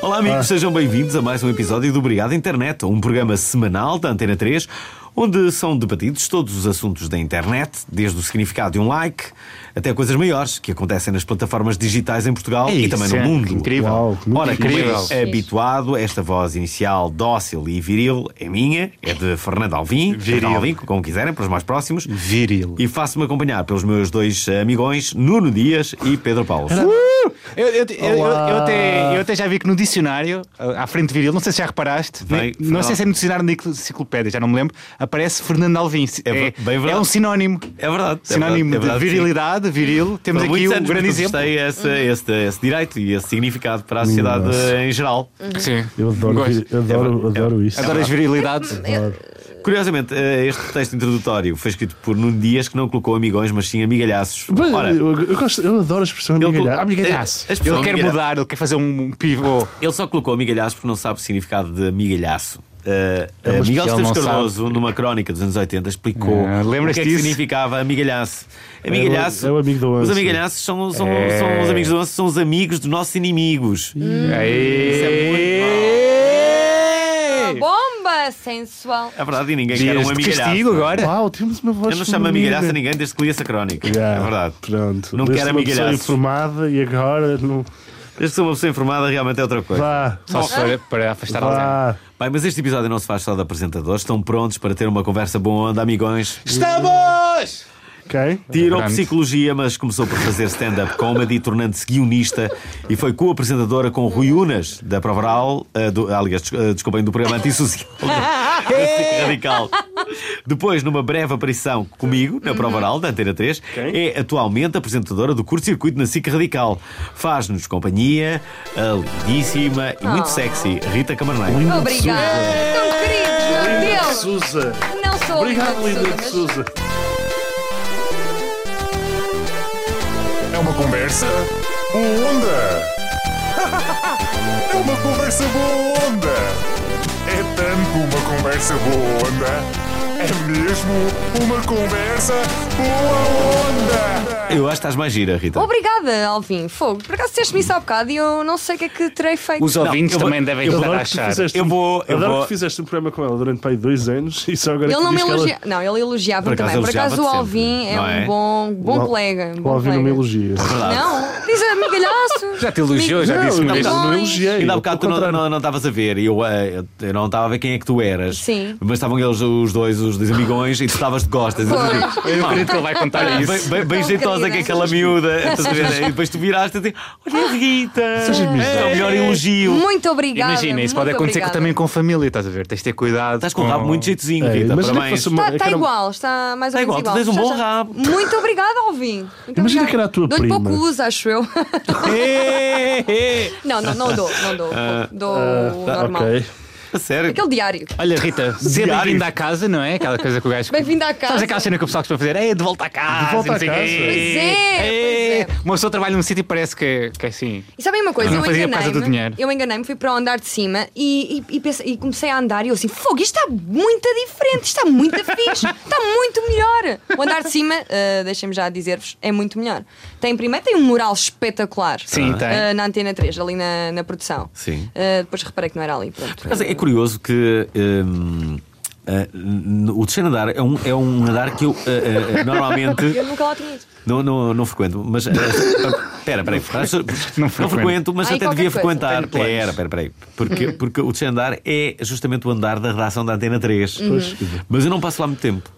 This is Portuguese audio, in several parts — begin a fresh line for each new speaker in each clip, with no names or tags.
Olá,
Ah.
amigos, sejam bem-vindos a mais um episódio do Obrigado Internet, um programa semanal da Antena 3, onde são debatidos todos os assuntos da internet, desde o significado de um like até coisas maiores que acontecem nas plataformas digitais em Portugal
É
e
isso,
também no
é
mundo.
incrível.
Uau, que muito
Ora, como
incrível.
é habituado, esta voz inicial dócil e viril é minha, é de Fernando Alvim,
Viril.
Fernando Alvim, como quiserem, para os mais próximos,
Viril.
e faço-me acompanhar pelos meus dois eh, amigões, Nuno Dias e Pedro Paulo.
Eu, eu- eu- eu-
Olá.
eu até, eu até já vi que no dicionário, ah, à frente de viril, não sei se já reparaste,
Bem,
nem- não
Fernando-
sei se é no dicionário da enciclopédia, já não me lembro, aparece Fernando Alvim.
É ver- bem
é
verdade.
um sinónimo.
É verdade. é
Sinónimo
verdade, é verdade,
de
sim.
virilidade, viril. Temos
Por
aqui
muitos
um
anos
grande exemplo.
protestei esse, esse, esse direito e esse significado para a sociedade
Nossa.
em geral.
Sim. É
Eu adoro, vir-
É
eu adoro, adoro isso.
Adoras virilidade?
Curiosamente, eh, este texto introdutório foi escrito por Nuno Dias, que não colocou amigões, mas sim amigalhaços.
Mas
eh,
Ora,
eu, eu gosto- eu adoro a expressão Ah,
Ele-
amigalhaço.
Amigalhaço. As pessoas
Ele quer
amigalhaço.
mudar, ele quer fazer um pivô.
ele só colocou amigalhaço porque não sabe o significado de amigalhaço. Eh, eh,
mas
Miguel
ele
Esteves
É não
Cardoso, numa crónica dos anos 80, explicou
Ah,
o
lembras
que é que
disso?
significava amigalhaço. Amigalhaço
É o- é o amigo do
Os
Anso.
amigalhaços são, são,
É.
são os amigos do Anso, são os amigos dos nossos inimigos.
Hum. é
Uma bomba sensual.
É verdade, e ninguém quer
Dias
um
de
amigalhaço.
castigo agora?
Uau, temos uma voz
Eu não chamo
feminina.
amigalhaço a ninguém desde que li essa crónica.
Yeah,
É verdade.
Pronto.
Não
Desde
quero
uma pessoa
amigalhaços.
informada e agora não.
Desde que sou uma pessoa informada, realmente é outra coisa.
Vá.
Só se for para afastar alguém.
Vá.
Bem, mas este episódio não se faz só de apresentadores. Estão prontos para ter uma conversa boa onda, amigões?
Estamos!
Ok?
Tirou
Grande.
psicologia, mas começou por fazer stand-up comedy, tornando-se guionista e foi co-apresentadora com Rui Unas, da Provaral, eh, do, aliás, des- eh, desculpem, do programa Antissocial. Radical. Depois, numa breve aparição comigo, na Prova Oral, da Antena 3, é atualmente apresentadora do curto-circuito na SIC Radical. Faz-nos companhia, a lindíssima e muito
Oh.
sexy Rita Camarneiro.
Linda de
Obrigada. Tão queridos, meu Deus.
Sousa.
Não sou
Obrigado,
Linda
Linda de
mas-
Sousa.
É uma conversa boa onda. É uma conversa boa onda. É tanto uma conversa boa onda. É mesmo uma conversa boa onda.
Eu acho que estás mais gira, Rita.
Obrigada, Alvin. Fogo. Por acaso disseste-me isso há bocado e eu não sei o que é que terei feito.
Os ouvintes
eu vou-
também devem
eu
estar
Adoro
a
que tu
achar.
fizeste
Eu
um-
vou- eu
adoro
vou-
que fizeste um programa com ela durante pai dois anos e só agora
Ele
que
não me
diz que ela-
elogia. Não, ele elogia
Por acaso
também. Por acaso o
elogiava-te
Alvin
sempre,
é
não é?
um bom, bom
Al-
colega. um
O
bom
Alvin não me
colega.
elogia.
Verdade.
Não, diz amigalhaço.
Já te elogiou, já
Não,
disse
eu
uma vez.
não
Ai.
elogiei.
Ainda há
ao
bocado tu não-
contrário.
não não estavas a ver, e eu, eh, eu- eu não estava a ver quem é que tu eras.
Sim.
Mas estavam eles, os dois, os dois amigões, e tu estavas de costas. Eu digo,
Eu não acredito que ele vai contar
Bem,
isso.
bem, bem
Tão
jeitosa
querida.
que é aquela miúda. Estás a ver? E depois tu viraste e dizes: Olha, Rita! É o melhor elogio.
Muito obrigada.
Imagina, isso pode
muito
acontecer
obrigada.
também com família, estás a ver? Tens de ter cuidado.
Estás com um rabo muito jeitozinho,
É,
Rita.
imagina que
Parabéns.
fosse uma-
Está
é que era-
Tá, igual, está mais ou
Tá
menos
igual, tu tens um
Já,
bom
já.
rabo.
Muito obrigada, Alvin. Muito
Imagina
obrigada.
que era a tua
Dou-lhe pouco
prima.
uso, acho eu.
Ei, ei, ei.
Não, não, não dou, não dou. Dou o
Ah,
normal.
ok.
A sério.
Aquele diário.
Olha, Rita, ser
Diário.
bem-vinda à casa, não é? Aquela coisa que o gajo.
Bem-vindo à
Sabes
casa.
aquela cena que o pessoal costuma fazer? É, de volta à casa.
volta
não
à
sei
casa.
quê.
Pois é,
É.
pois
Uma pessoa trabalha num sítio e parece que, que é assim.
E sabem uma coisa?
Não
eu
fazia por causa do dinheiro.
enganei-me. Eu enganei-me, fui para o andar de cima e, e- e pensei- e comecei a andar e eu assim, fogo, isto está muito diferente, isto está muito fixe, está muito melhor. O andar de cima, ah, deixem-me já dizer-vos, é muito melhor. Tem primeiro, tem um mural espetacular.
Sim,
ah,
tem.
na Antena 3, ali na, na produção.
Sim.
Ah, depois reparei que não era ali. Pronto.
Mas é curioso que. hum, ah, n- o terceiro andar é um, é um andar que eu ah, ah, normalmente
Eu nunca lá tinha ido.
não, não, não frequento, mas. ah, ah, Espera, espera, espera. Não
frequento.
frequento, mas
Ai,
até
Ah, qualquer
devia
coisa.
frequentar.
Tenho planos.
Espera, espera, espera. Porque, porque o terceiro andar é justamente o andar da redação da Antena 3.
Uhum.
Mas eu não passo lá muito tempo.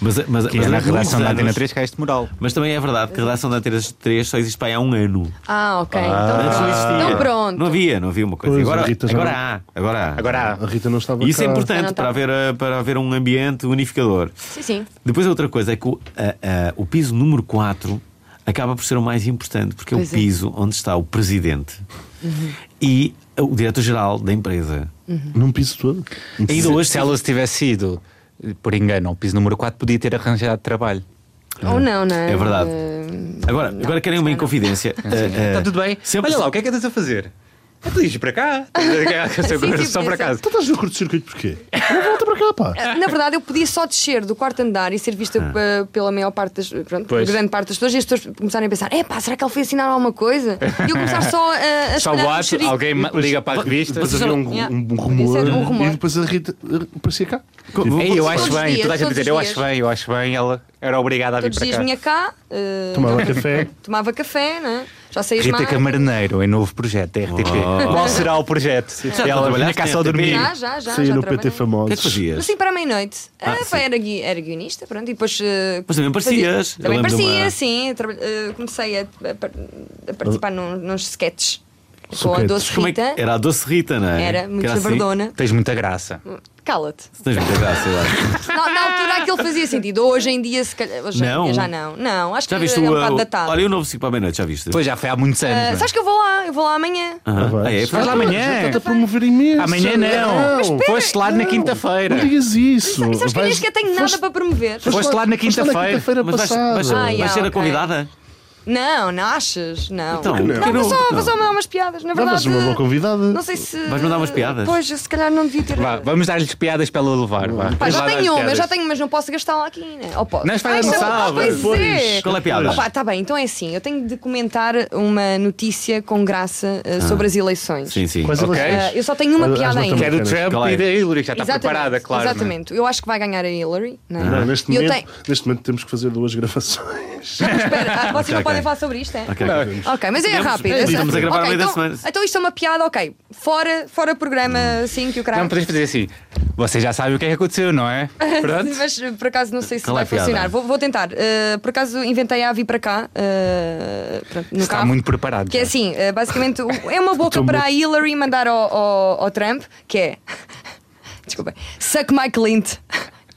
Mas, eh, mas,
Que
mas
é na
durante muitos
redação da Antena
anos-
3 que há este mural.
Mas também é verdade que a redação da Antena 3 só existe para aí há um ano.
Ah, ok.
Antes não
então,
existia.
então pronto.
Não havia, não havia uma coisa.
Pois,
Agora,
a Rita já
agora
não-
há. Agora há.
Agora há.
A Rita não estava
E isso é
cá.
Já
importante
não
para
tá.
haver, eh, para haver um ambiente unificador.
Sim, sim.
Depois, outra coisa é que o, a- a- o piso número 4 acaba por ser o mais importante, porque
Pois
é
é.
o piso onde está o presidente e o diretor-geral da empresa.
Num piso todo.
Ainda hoje,
se ela se tivesse ido, por engano, ao piso número 4, podia ter arranjado trabalho.
Ou não, não é?
É verdade.
Eh,
Agora, agora querem uma inconfidência. Eh, eh,
Está tudo bem?
Sempre-
Olha lá, o que é que andas a fazer? Ah, Tu ias para cá,
Sim, sim,
só
podia
para
ser.
casa.
Tu estás no curto-circuito porquê? Não volta para cá, pá.
Na verdade, eu podia só descer do quarto andar e ser vista eh, pela maior parte das. Pronto,
Ah. Pois.
grande parte das pessoas e as pessoas começarem a pensar: é pá, será que ele foi assinar alguma coisa? E eu começar só eh, a
Só
espalhar
o
um
ato,
cheirinho.
alguém É, ma- liga para a revista.
Depois havia um,
Yeah.
um
Podia
rumor,
ser um rumor.
e depois a Rita eh, aparecia cá.
Ei, eu acho
Todos os
bem,
dias,
toda a gente
todos
dizer,
os
eu
dias.
acho bem, eu acho bem, ela era obrigada a vir
Todos os
para
dias
cá.
vinha cá, eh,
Tomava café.
tomava café, né? já saías
Rita
mais.
Camarneiro, em novo projeto é da RTP. Qual será o projeto? ela vinha cá
trabalhaste
só
na RTP?
dormir.
Já, já, já.
Saía
já
no
trabalhei.
PT famoso.
O que é que fazias?
Mas sim, para a meia-noite. Ah,
Ah,
foi,
sim.
era, gui- era guionista, pronto, e depois. eh,
Mas também parecias.
fazia-
Eu
Também
lembro de
parecia,
uma-
sim. eu traba- eh, comecei a, a par- a participar num, nos sketches com a
Sketches.
Doce
Como é que-
Rita.
Era a doce Rita, não é?
Era muito
Que assim.
chavardona.
Tens muita graça.
Cala-te.
Tens muita graça, eu acho.
Na, na altura aquilo fazia sentido. Hoje em dia, se calhar. Hoje em
Não.
dia já não. Não, acho
Já
que
viste
é um
o. uh,
bocado
o-
datado.
Olha, e o novo 5 para a meia-noite, já viste?
Pois já foi há muitos anos.
Ah,
não é?
sabes que eu vou lá, eu vou lá amanhã.
Aham.
vais.
Ah, é,
Vais lá
pois.
amanhã.
Estás Então a promover imenso.
Amanhã não. Foste lá na quinta-feira.
Não digas isso.
E sabes que eu
Vais-
diz que eu tenho nada
foste-
para promover?
Foste lá na quinta-feira.
quinta-feira
Mas vais, vais,
passada.
Ah,
vais ser a
yeah, ok.
convidada?
Não, não achas? Não.
Então,
não,
que não?
vou só, vou
Não.
só mandar umas piadas. Na
Davas
verdade.
uma boa convidada.
Não sei se.
Vais mandar umas piadas?
Pois, eu se calhar não devia ter.
Vá, vamos dar-lhes piadas para ela levar. Vá.
Pá,
Vamos lá
já
dar-lhes
tenho uma, eu
piadas.
já tenho, mas não posso gastá-la aqui, né? Ou posso?
Não, isto vai
Ah,
dar no
isto é-
sábado.
Pois é.
Pois.
Qual é a piada?
Opa, tá bem, então é assim. Eu tenho de comentar uma notícia com graça eh, sobre as eleições.
Ah. Sim, sim.
Quais
Ok.
Eh,
elas-
eu só tenho uma
Mas-
piada
mas não
ainda.
Que é do Trump
Qual é?
e da Hillary, que já está preparada, claro. não é?
Exatamente. Eu acho que vai ganhar a Hillary. Não, é?
Não, neste,
E eu
momento,
tenho-
neste momento temos que fazer duas gravações.
Espera, ah, vocês não
ok.
podem falar sobre isto, é?
Ok.
Ok, mas é
Podemos-
rápido.
podemos gravar
Ok,
meio da
então,
semana.
Então isto é uma piada, ok. Fora, fora programa, assim, que o caralho.
Não podes fazer assim. Vocês já sabem o que é que aconteceu, não é? Pronto.
Mas eh, por acaso não sei se
Qual é
vai
a piada?
funcionar. Vou, vou tentar. Eh, por acaso inventei a vir para cá. eh, pronto, no
Está
carro.
muito preparado.
Que é
já.
assim, eh, basicamente o- é uma boca para a Hillary mandar ao, ao- ao Trump, que é. Desculpem. Suck my clint.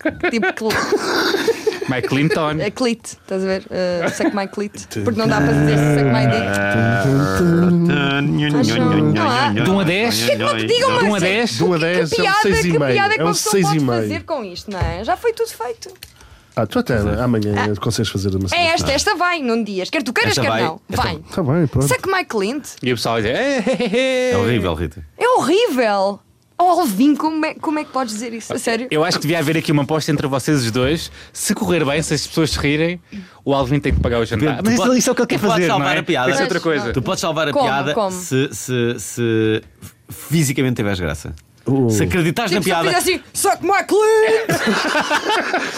tipo cl-
Mike Clinton.
eh, clit, estás a ver? Eh, suck my clit. Porque não dá para dizer suck my
Ah,
dick.
De 1 a 10.
Não, que digam-me
De um a
assim,
dez?
que-
De um a
que
dez, é um
piada-
seis e
que
meio.
piada é que
É um
uma pessoa
seis e
pode
meio.
fazer com isto, não é? Já foi tudo feito.
Ah, tu até amanhã consegues fazer uma
É
cena.
esta, esta vai num dias. Quer tu queiras,
Esta
quer
vai,
não.
esta
Vai.
Está Tá bem, pronto.
Suck my clint.
E o pessoal diz. "Eh, eh, eh, eh."
É horrível, Rita.
É horrível! Oh, Alvin, como é, como é que podes dizer isso? A sério?
Eu acho que devia haver aqui uma aposta entre vocês os dois. Se correr bem, se as pessoas se rirem, o Alvin tem que pagar o jantar.
Pedro,
Mas
tu
isso,
podes-
isso é o que ele quer
tu podes
fazer, não
salvar
é?
a piada.
Tem que ser outra
Mas-
coisa.
Tu podes salvar a
Como,
piada
como?
Se, se, se fisicamente tiveres graça.
Uh.
Se acreditares
Tipo,
na
se eu
piada.
fizer assim, suck my clean!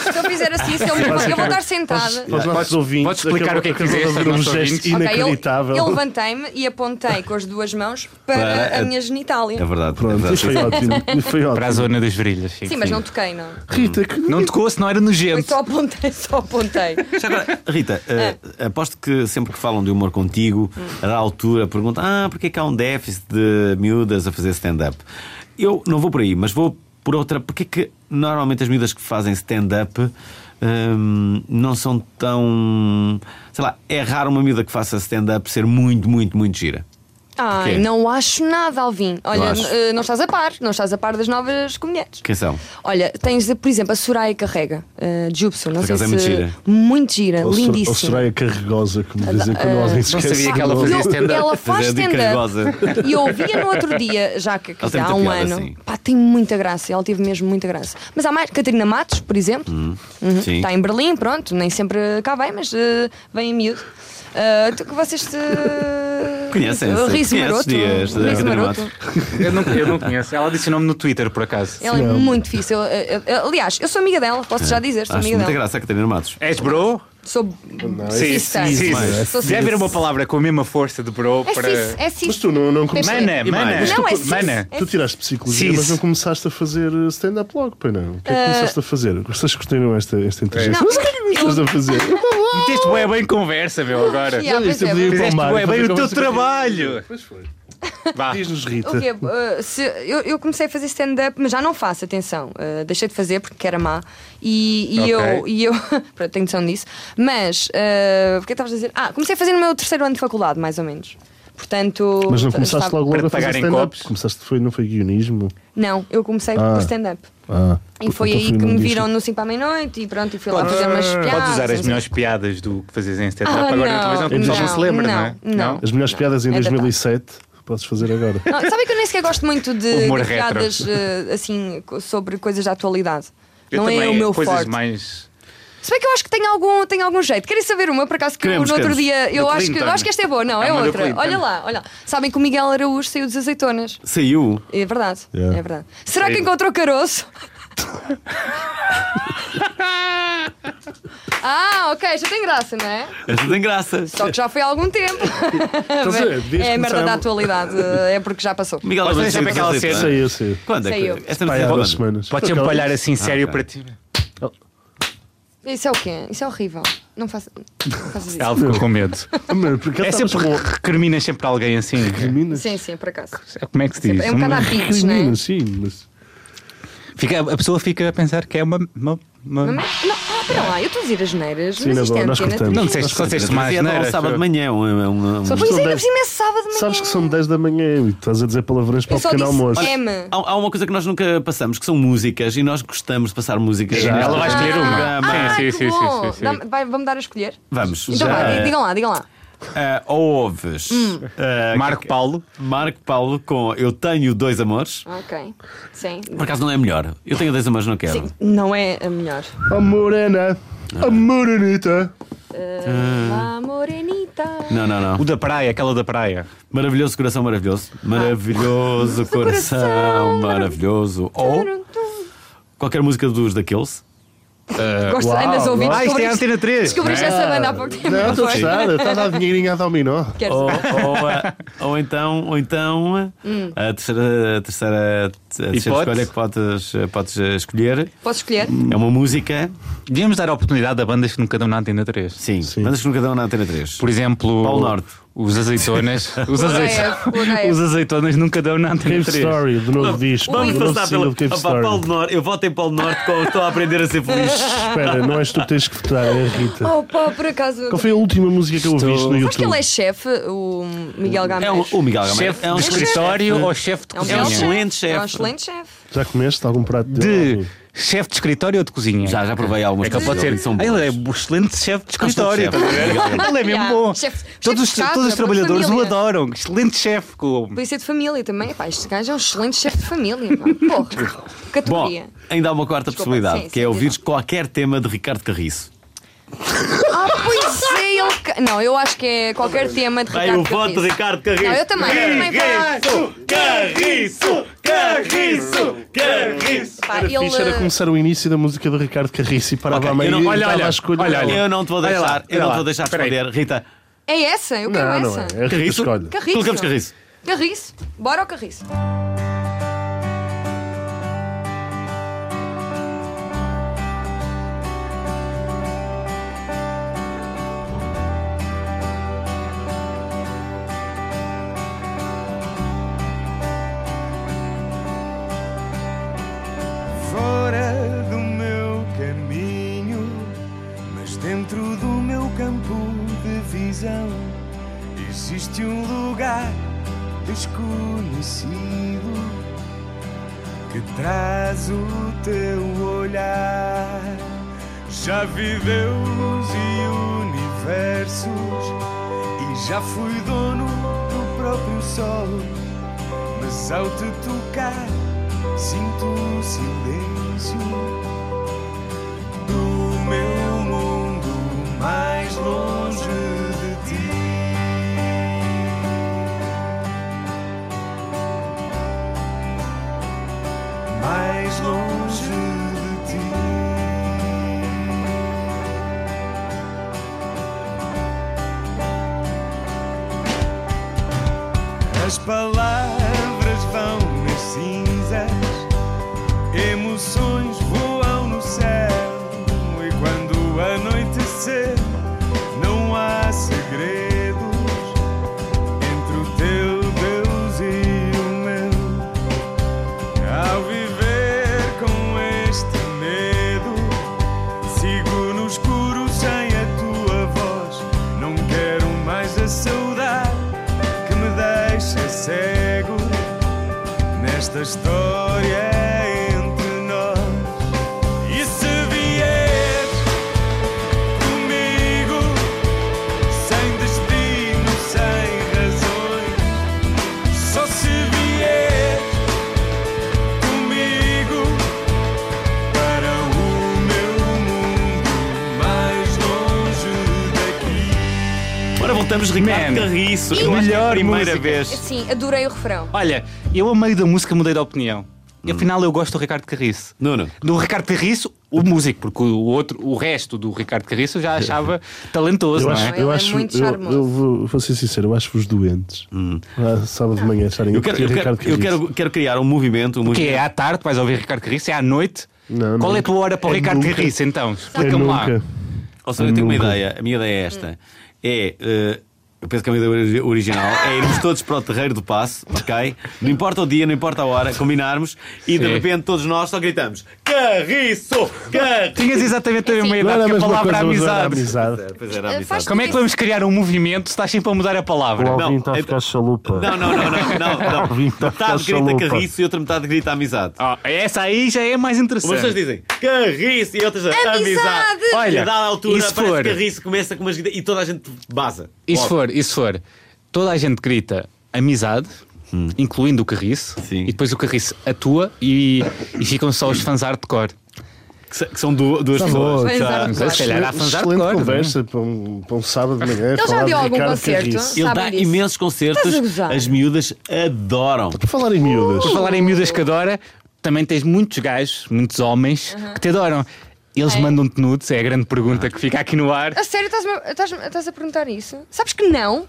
se eu fizer assim, se eu, me- eu
é
vou estar sentada.
Aos nossos ouvintes,
podes explicar o que é que
acabou-
fizeste
acabou
aos
de
nossos
haver um
ouvintes?
gesto
Ok, eu,
inacreditável.
eu levantei-me e apontei com as duas mãos para,
Para
a,
a-
minha genitália.
É verdade. é
Pronto,
verdade.
isto foi ótimo. Foi
Para a
ótimo.
zona das virilhas.
Sim, mas não toquei, não.
Rita, que
Não tocou, se não era
Eu
nojento.
só apontei, só apontei.
Já agora, Rita, eh,
É.
aposto que sempre que falam de humor contigo, a da altura perguntam: ah, porque é que há um déficit de miúdas a fazer stand-up? Eu não vou por aí, mas vou por outra. Porque é que normalmente as miúdas que fazem stand-up hum, não são tão. Sei lá, é raro uma miúda que faça stand-up ser muito, muito, muito gira.
Ai,
Porquê?
não acho nada, Alvin. Olha,
acho.
n- eh, não estás a par, não estás a par das novas comediantes.
Quem são?
Olha, tens, eh, por exemplo, a Soraya Carrega, uh, de Jupson, não
Por
sei
acaso
se...
é muito gira.
Muito gira,
Ou se- Ou
lindíssima.
Soraya Carregosa, como dizem quando
Ah,
alguém se
não
esquece
sabia
do
que ela
nome.
fazia
Eu-
stand-up.
ela
Mas
faz
é de
stand-up
cargosa.
e eu ouvia no outro dia, já que
Ela tem
há
muita
um
piada,
ano,
sim.
pá, tem muita graça, ela teve mesmo muita graça. Mas há mais, Catarina Matos, por exemplo,
Hum.
Uhum.
Sim.
está em Berlim, pronto, nem sempre cá vem, mas eh, vem em miúdo. Eh, tu que vocês te.
Conhecem, sim.
Riso
Conheces,
Maroto.
Dias, da
Riso
Catarina
Maroto.
Matos.
Eu não, eu não conheço. Ela disse o nome no Twitter, por acaso.
Ela é muito difícil. eh, eh, aliás, eu sou amiga dela, posso já dizer, sou
É. Acho
amiga
muita
dela.
graça a Catarina Matos.
És bro?
Sou
é?
Sim,
sister.
sim, sim.
Sou
Deve
sister.
haver uma palavra com a mesma força de bro
É
para.
cis, é cis.
Mas tu não, não começaste.
Mana,
E mais,
mana.
mas tu- Não, é cis.
mana.
É
Tu tiraste psicologia,
Sim.
mas não começaste a fazer uh, stand-up logo, pois não? O que é que começaste a fazer? Vocês curtiram esta, esta inteligência?
Ah. Não.
Mas o que é que começaste a fazer?
Meteste bem, bem conversa, meu, agora.
Yeah, pois
Isto
é,
eu podia ir
mas-
para o
Fizeste
mar
bué
e fazer
bem o teu
conversa com-
trabalho.
Pois foi.
Vá.
Diz-nos, Rita.
O quê? Uh, se- eu, eu comecei a fazer stand-up, mas já não faço, atenção. Uh, deixei de fazer porque era má. E,
Ok.
e eu. E eu pronto, tenho noção disso. Mas. Uh, o que é que estavas a dizer? Ah, comecei a fazer no meu terceiro ano de faculdade, mais ou menos. Portanto.
Mas não começaste
estava-
logo, logo
Para
a fazer
pagar em
stand-up?
copos?
Começaste, foi, não foi guionismo?
Não, eu comecei
Ah.
por stand-up.
Ah,
E foi
então
aí que
num
me
disco.
viram no 5 à meia-noite e pronto, e fui lá
Podes-
fazer umas piadas.
Podes usar
não
as
sei.
melhores piadas do que fazes em stand-up
Ah,
agora na
não,
televisão, que o pessoal não, se lembra, não, é?
não, não.
As melhores piadas em
é da
2007 podes fazer agora.
Não, sabem que eu nem sequer gosto muito de,
Humor
de
retro.
piadas eh, assim co- sobre coisas da atualidade.
Eu
não
também,
é o meu
coisas
forte.
mais.
Se bem que eu acho que tem algum, tem algum jeito. Querem saber uma, por acaso, que
Queremos,
no outro
queremos.
dia. Eu
Do
acho que,
Clinton.
eu acho que esta é boa, não,
É
é,
uma do
outra.
Clinton.
Olha lá, olha lá. Sabem que o Miguel Araújo saiu dos azeitonas.
Saiu.
É verdade,
Yeah.
é verdade. Será
Saiu.
que encontrou caroço? ah, ok, já tem graça, não é?
Esta tem graça.
Só que já foi há algum tempo.
a ver, devias
é a
começar
merda
a-
da atualidade, é porque já passou.
Miguel
Mas
Araújo
deixa-me
saiu
aquela
das
cena.
azeitonas.
Saiu, saiu.
Quando é
Saiu.
que. Esta não
Pai,
sei
há
quando.
duas semanas.
Podes sempre palhar assim sério
ok.
para ti.
Isso é o quê? Isso é horrível. Não faça, não faças isso.
Ela ficou com medo.
Mano, porque
É sempre recriminas sempre alguém assim.
Meninas.
Sim, sim, por acaso.
Como é que se diz?
É um bocado à picos, não é?
Meninas, sim, mas.
Fica, a pessoa fica a pensar que é uma. uma- uma-
Não, ah, pera lá, eu estou a dizer as neiras,
Sim,
mas
na
isto
boa,
é
nós
antena
cortamos.
Não
3.
disseste só disseste uma
Mas é
asneira.
um sábado de
foi-
manhã. um- um- um- um-
Sabes
Pois
que são
é, ainda por
dez-
cima é sábado de manhã.
Sabes que são 10 da manhã e estás a dizer palavrões para
Eu
o
só
pequeno almoço.
disse M.
Há, há uma coisa que nós nunca passamos, que são músicas, e nós gostamos de passar músicas.
Já.
neste
Ela vai escolher
programa.
uma.
Ah,
sim,
que
sim, sim,
bom.
sim, sim.
Dá- vai- Vamos dar a escolher?
Vamos.
Então
já.
vá, di- digam lá, digam lá.
Ah, ouves ah,
Marco Paulo.
Marco Paulo com Eu Tenho Dois Amores.
Ok. Sim.
Por acaso não é melhor. Eu tenho dois amores, não quero.
Sim, não é a melhor.
Oh, morena. Oh, morenita.
Eh,
Ah.
La morenita.
Não, não, não.
O da praia, aquela da praia.
Maravilhoso coração maravilhoso. Maravilhoso coração,
coração
maravilhoso. Ou qualquer música dos daqueles.
Gosto, ainda de ouvir.
Ah, isto é a
descobriste-
Antena 3.
Descobriste essa banda há pouco tempo.
Não, estou a
foi?
gostar. Oh. Está a dar dinheirinho a dominó.
Quer
Ou,
dizer,
ou, ah, ou então, ou então ah, a terceira, a terceira, a terceira
Hipótese.
escolha que podes, ah, podes ah, escolher
Posso escolher?
é uma música.
Devíamos dar a oportunidade a bandas que nunca dão na Antena 3.
Sim,
Sim.
bandas que nunca dão na antena 3.
Por exemplo,
Paulo Norte.
os azeitonas. Os,
HF, o HF.
azeitonas os azeitonas nunca dão na Antena
Cave
3.
Story, do novo disco.
vamos
do
Vou
novo
passar
single
pela-
do
é
Cave
Opa,
Story.
Paulo Norte, eu voto em Paulo Norte, com- estou a aprender a ser feliz.
Espera, não és tu que tens que votar, é a Rita.
Oh, pá, por acaso.
Qual foi a última música que eu ouviste no
Sabes que ele é
YouTube?
chefe, o Miguel Games.
É um, o Miguel Gameiro
Chefe
é um
de
escritor.
escritório ou chefe de
É um
É um
belo
cozinha?
excelente
É um
chefe.
excelente chefe.
Já comeste algum prato dele?
de chefe de escritório ou de cozinha?
Ah, Já, já provei algumas
É que ele pode
coisas
ser.
dele, são
Ah, ele é
boas.
um excelente chefe de escritório.
Excelente chefe.
estás a ver? ele é mesmo
Yeah.
bom.
Chefe- chefe
todos, os-
de casa,
todos os
bom de
trabalhadores o
família.
adoram. Excelente chefe. com-
Podia ser de família também. Pá, este gajo é um excelente chefe de família. pá. Porra,
Bom,
categoria.
ainda há uma quarta
Desculpa,
possibilidade,
sim,
que é
sim,
ouvires
diz
qualquer tema de Ricardo Carriço.
Ah, pois é, ele. ca- Não, eu acho que é qualquer tema de
Vai
Ricardo
o voto de
Carriço.
Ricardo Carriço.
Não, eu também, eu também
Carriço, Carriço, Carriço, Carriço.
Pá,
Era fixe, era
ele. eh,
começar o início da música do Ricardo Carriço e parava
Ok,
a meio
eu
e
não- olha,
dava
olha,
a escolha.
olha, olha.
Eu não te vou
Olha
deixar,
lá,
eu
olha
não te
lá.
vou deixar
Espera aí.
responder. Rita,
É essa? Eu quero
Não, não
essa.
é. É a Rita
Carriço?
escolhe.
Carriço.
Colocamos Carriço.
Carriço. Bora ao Carriço.
fora do meu caminho, mas dentro do meu campo de visão existe um lugar desconhecido que traz o teu olhar. Já vi Deus e universos e já fui dono do próprio solo, mas ao te tocar sinto o silêncio do meu mundo mais longe de ti. Mais longe de ti. As palavras vão nas cinzas. Emoções voam no céu e quando anoitecer não há segredos entre o teu Deus e Esta história é entre nós. E se vieres comigo, sem destino, sem razões, só se vieres comigo para o meu mundo mais longe daqui.
Ora, voltamos, Ricardo
Man.
Carriço.
E-
Eu acho que é a
Melhor
primeira
música.
vez.
Sim, adorei o refrão.
Olha, eu a meio da música mudei de opinião.
Hum.
E afinal eu gosto do Ricardo Carriço.
Nuno.
Do Ricardo Carriço, o músico, porque o outro, o resto do Ricardo Carriço eu já achava talentoso,
Eu
não
acho,
é?
Ele
eu
é
acho,
muito
eu,
charmoso.
eu vou, vou ser sincero, eu acho-vos doentes. Lá, sábado de manhã estarem
Hum. Eu, quero, eu, quero, eu quero, quero criar um movimento. Um
Que é
movimento.
à tarde, vais ouvir Ricardo Carriço, é à noite.
Não,
Qual é a
nunca.
tua hora para o
É
Ricardo
nunca.
Carriço então?
Eu
Explica-me lá.
nunca.
Ou seja, eu tenho uma
Nunca.
ideia. A minha ideia é esta. É. eh, eu penso que a minha ideia ori- original é irmos todos para o terreiro do passo, ok? Não importa o dia, não importa a hora, combinarmos e de
Sim.
repente todos nós só gritamos Carriço! Carriço!
Tinhas exatamente a mesma
é
Não
idade
era a
que a
mesma
palavra
coisa, mas era
amizade.
amizade.
Pois era, a
Eh,
amizade.
faz-
Como é que vamos criar um movimento se estás sempre a mudar a
O
palavra?
Não,
Alvin está a
é-
ficar chalupa.
Não, não, não, não, não, não.
Vim tocar
Metade grita
chalupa.
carriço e outra metade grita amizade.
Ah, essa aí já é mais interessante.
Umas pessoas dizem carriço e outras amizade.
Amizade!
Olha,
Olha,
a dada altura
e se
aparece
for?
carriço, começa com umas grita e toda a gente baza.
E se
Logo.
for, e se for, toda a gente grita amizade,
Hum.
incluindo o Carriço,
Sim.
e depois o Carriço atua e, e ficam só os fãs hardcore.
Que, se- que são du- duas
Tá
pessoas.
bom.
Fãs
Tá.
hardcore.
Não sei, se calhar há fãs
Excelente
hardcore.
conversa para um, para um sábado de manhã.
já
falar de
deu algum
Ricardo
concerto?
Carriço.
Ele
Sabem
dá
disso.
imensos concertos,
Estás a gozar?
as miúdas adoram.
Por falar em miúdas,
Uh!
Por falar em miúdas que adora, também tens muitos gajos, muitos homens, que te adoram. Eles
É.
mandam-te nudes, é a grande pergunta que fica aqui no ar.
A sério, estás-me a- estás-me- estás, a perguntar isso? Sabes que não?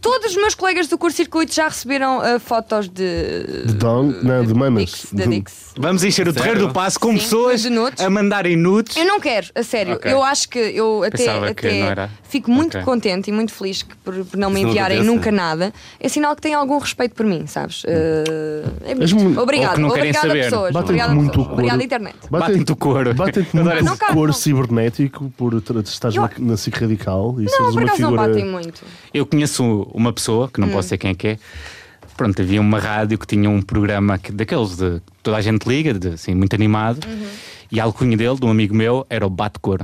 Todos os meus colegas do curso circuito já receberam ah, fotos de.
de Dom, não, de mamas.
Dix, da
De-
Dix.
Vamos encher o terreiro do passo com
Sim,
pessoas
de nudes.
a mandarem nudes.
Eu não quero, a sério.
Ok.
Eu acho que eu até,
Pensava que não
até
era.
fico muito
Ok.
contente e muito feliz que por, por não me
Isso não
enviarem
acontece.
nunca nada. É sinal que têm algum respeito por mim, sabes? Ah, é
És
bonito.
muito-
Ou
Obrigado,
que não querem
obrigada
saber.
pessoas.
Batem-te
Obrigada,
muito o
pessoas.
couro.
Obrigada internet.
Batem-te o couro.
Batem-te
Adoro
muito
esse-
Não
o
cabe,
couro
não.
cibernético por tra- estás
Eu-
na, na SIC radical e
Não,
seres
por
uma
acaso não
figura.
batem muito.
Eu conheço uma pessoa, que não
Hum.
posso dizer quem é que é. Pronto, havia uma rádio que tinha um programa que- daqueles de que toda a gente liga, de, assim, muito animado.
Uhum.
E a alcunha dele, de um amigo meu, era o Bate-Cor.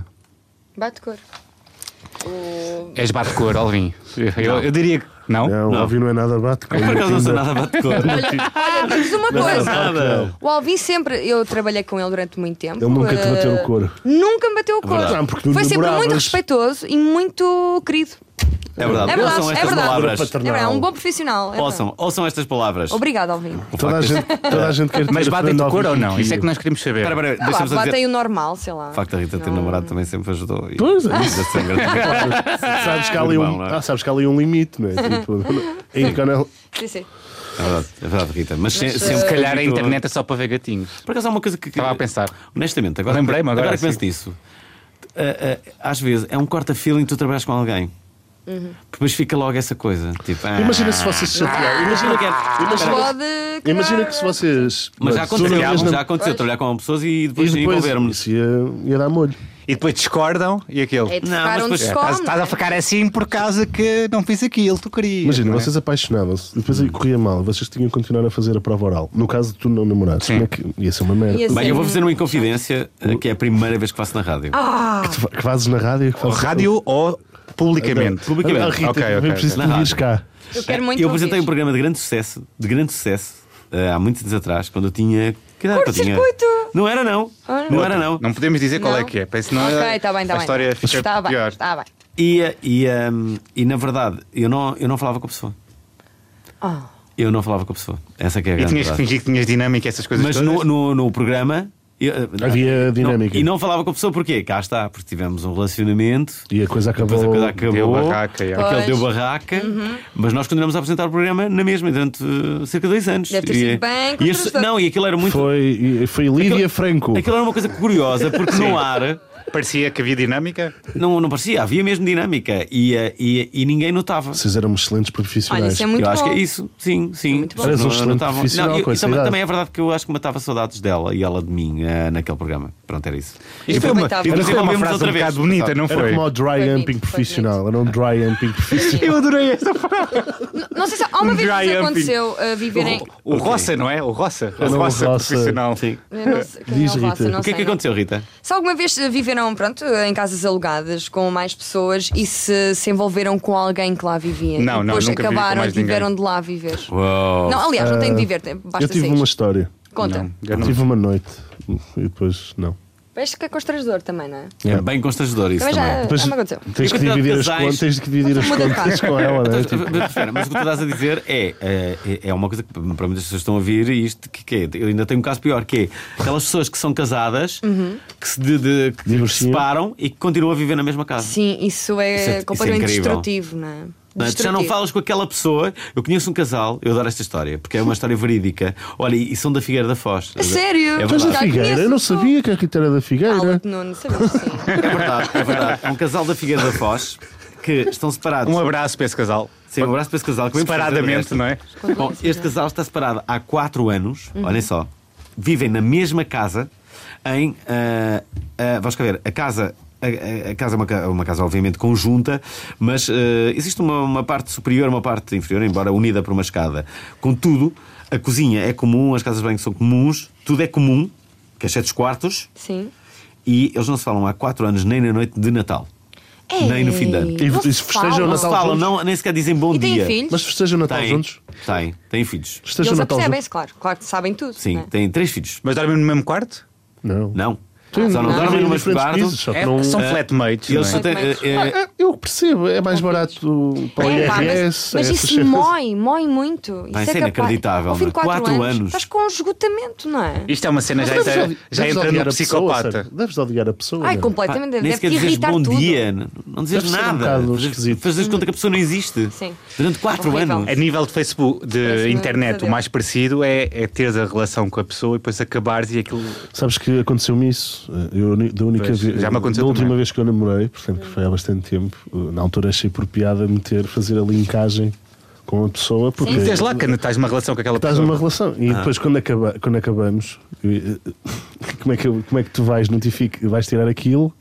Bate cor. O-
És Bate-Cor, Alvin. Eu, eu- eu diria que. Não?
Não,
Não.
o Alvin não é nada bate
Por acaso não sou nada bate cor.
Olha, digo-vos Ah, uma coisa.
Nada.
O Alvin sempre, eu trabalhei com ele durante muito tempo.
Ele nunca te bateu
Eh,
o couro.
Nunca me bateu o couro.
verdade. Não, porque tu
Foi sempre
namoravas.
muito respeitoso e muito querido.
É verdade.
É verdade,
ouçam
é
estas
verdade.
palavras.
Paternal.
É verdade, é um bom profissional. é verdade.
Ouçam, ouçam estas palavras.
Obrigado, Alvin.
Toda a gente, toda a gente quer
Mas
ter a
batem-te
Fernanda
o couro ou
Alvim
não? Isso é que
contigo.
nós queremos saber.
Espera, espera,
Ah, lá,
deixa-me só dizer.
batem o normal, sei lá.
O facto da Rita ter
Não.
namorado também sempre ajudou. E-
Pois é.
Isso é sempre-
Sabes que, há ali um,
Irmão, não é?
ah, sabes que há ali um limite, não é? Tipo, em que ela-
Sim, sim.
É verdade, é verdade, Rita. Mas, se-
Mas,
sempre. né?
Se calhar a
muito-
internet é só para ver gatinhos.
Por acaso há uma coisa que.
Estava a pensar.
Honestamente, agora.
Lembrei-me agora,
que penso
sim.
nisso. Ah, ah, às vezes é um corta-feeling que tu trabalhas com alguém.
Uhum.
Porque depois fica logo essa coisa. Tipo, ah,
Imagina se vocês se
Ah.
chatearem. Imagina, é- imagina,
Pode.
imagina que se vocês.
Mas já
tu não
aconteceu,
ias
já,
na-
aconteceu trabalhar com pessoas e
e
depois,
depois
envolver-me.
isso ia, ia dar molho.
E depois discordam e aquele.
É de
Não, mas
ficar onde
depois-
se
É,
come.
Estás, estás a ficar assim por causa que não fiz aquilo que tu querias.
Imagina,
não é?
vocês apaixonavam-se, depois aí corria mal, vocês tinham que continuar a fazer a prova oral. No caso de tu não namorares,
Sim.
como é que ia ser uma merda.
Ia ser.
Bem, eu vou fazer uma inconfidência eh, que é a primeira vez que faço na rádio.
Ah,
Que, tu, fa- que fazes na rádio e que
Ou
fazes.
Rádio ou publicamente?
Ah,
Publicamente.
Rita,
Ok, ok,
eu preciso
ok.
que tu
Na
vias cá.
Eu quero muito.
eu apresentei um
ouvir.
programa de grande sucesso, de grande sucesso, eh, há muitos anos atrás, quando eu tinha. Que idade é que eu tinha?
Curto-circuito!
Não era, não.
Ah,
Não era, não.
Não podemos dizer qual
Não?
é que é, para isso não
Ok, está bem, está
a
bem.
história fica
Está bem,
pior.
está bem.
E, eh, e, ehm, e na verdade, eu não, eu não falava com a pessoa.
Ah.
Eu não falava com a pessoa. Essa que é a
E
grande
tinhas que
verdade.
fingir que tinhas dinâmica e essas coisas
Mas
todas.
no, no, no programa. eu, eh,
Havia dinâmica.
não- e não falava com a pessoa porquê? Cá está, porque tivemos um relacionamento.
E a coisa
Depois a
acabou.
coisa acabou.
Deu barraca, é.
Aquele
Pois. Uhum.
deu barraca, mas nós continuamos a apresentar o programa na mesma durante uh, cerca de dois anos.
Deve ter
E-
sido bem
e este-
contrastante.
Não, e aquilo era muito.
Foi, e- foi Lídia Franco.
Aquilo era uma coisa curiosa, porque no ar
Parecia que havia dinâmica.
não, não parecia, havia mesmo dinâmica e, uh, e, e ninguém notava.
Vocês eram excelentes profissionais.
Olha, isso é muito
eu acho
bom.
que é isso, sim, sim.
muito bom.
Não-
Eras um
não
excelente
notavam.
profissional
Não, eu-
com
e
essa
também,
idade.
também é verdade que eu acho que matava saudades dela e ela de mim uh, naquele programa. Pronto, era isso.
Isto foi uma,
Aproveitável.
isto foi uma
Resolvemos
frase
outra
um
vez.
bocado bonita, não
Era
foi?
como o dry
bonito,
humping
foi
profissional. Era um dry humping profissional.
Eu adorei esta frase.
Não sei se. Há uma
um
vez que
dry
nos
humping.
aconteceu uh, viverem.
O Roça, não é? O Roça. O
não, o
Roça
Roça.
profissional.
Sim.
Eu não sei, quem
Diz,
é o Vasco,
Rita.
não
O que é que
sei.
aconteceu, Rita?
Se alguma vez eh, viveram, pronto, eh, em casas alugadas com mais pessoas e se, se envolveram com alguém que lá vivia.
Não,
e
não,
depois
nunca vivi com
acabaram
mais
e tiveram
ninguém.
de lá viver.
Uau.
Não, aliás, não tem de viver, tem-
Eu
basta
tive
sair.
uma história.
Conta.
Não, eu não-
Tive uma noite e depois não.
Parece que é constrangedor também, não é?
É bem constrangedor isso
Também
também.
já, é.
Depois
já me aconteceu.
tens que
Enquanto
dividir as
casais-
contas, tens que dividir as
Vamos mudar de
contas
casa.
com ela, não é?
Mas,
Tipo,
mas, espera, mas o que tu estás a dizer é, é, é uma coisa que para muitas pessoas estão a ouvir e isto que, que é, eu ainda tenho um caso pior, que é aquelas pessoas que são casadas,
Uhum.
que se de- de- que- que se
Divorciam.
separam e que continuam a viver na mesma casa.
Sim, isso é,
Isso é- isso é
completamente
incrível.
destrutivo, não é?
Não é? Tu já não
Destrutivo.
falas com aquela pessoa. Eu conheço um casal, eu adoro esta história, porque é uma história verídica. Olha, e são da Figueira da Foz.
A sério? Então
É
mas
verdade.
da Figueira? Eu não
conheço.
sabia que a Rita era da Figueira.
Aula de nono, sabemos sim.
É verdade, é verdade. É um casal da Figueira da Foz que estão separados.
Um abraço para esse casal.
Sim, um abraço para esse casal. que vem por fazer o
Separadamente,
resto.
não é?
Bom, este casal está separado há 4 anos,
Uhum.
olhem só. Vivem na mesma casa em. ah, ah, vamos cá ver, a casa. A, a- a casa é uma, ca- uma casa, obviamente, conjunta, mas ah, existe uma, uma parte superior, uma parte inferior, embora unida por uma escada. Contudo, a cozinha é comum, as casas de banho são comuns, tudo é comum, que exceto os quartos,
Sim.
e eles não se falam há 4 anos, nem na noite de Natal, nem no fim de ano.
Ei, não
E- e
se
festejam o
falam.
Não se
Natal
falam,
juntos?
não, nem sequer dizem bom
E têm
um dia.
filhos?
Mas festejam o Natal
Têm,
juntos?
têm, têm filhos.
Eles
Festejam o Natal juntos?
apercebem-se, claro. Claro que sabem tudo.
Sim,
não é?
têm três filhos.
Mas dormem no mesmo quarto?
Não.
Não.
Sim,
Só não
mas
dormem
vivem
no
em
mesmo
diferentes
quarto.
pisos, só que
É,
não-
São
Ah,
flatmates.
Eles
não
só têm.
é?
Mas-
eh, eh,
Ah, Eu percebo, é mais barato para o
É, pá,
IRS.
mas, mas
essas
isso
cenas.
mói, mói muito.
Pá, isso
é
é
capaz-
inacreditável,
Ao fim de
não é?
4
Quatro
anos,
anos.
estás com esgotamento, não é?
Isto é uma cena
Mas
já,
deves
entra,
odi-
já
deves
entra
odiar
no
a pessoa,
psicopata.
sabe? Deves odiar a pessoa. não
Ai,
é?
pá,
completamente.
nem
Deve
sequer
te
dizes
irritar
bom
tudo.
dia, n- não dizes
Deve ser um
nada.
bocado
Fazes
esquisito.
fazes conta que a pessoa não existe.
Sim.
Durante 4
Horrível.
anos.
A nível de Facebook, de
Parece uma
internet, o
pesadelo.
mais parecido é, é teres a relação com a pessoa e depois acabares e aquilo.
Sabes que aconteceu-me isso. eh, Eu, uni- da única
Pois,
vez,
já me aconteceu
da última
também.
vez que eu namorei, portanto que foi há bastante tempo, eh, na altura achei por piada meter, fazer a linkagem com a pessoa, porque
Sim.
Tens lá que estás numa relação com aquela
estás
pessoa.
numa relação.
Ah.
E depois quando, acaba, quando acabamos, eu- eh, como é, que, eu- como é que tu vais notificar? Vais tirar aquilo,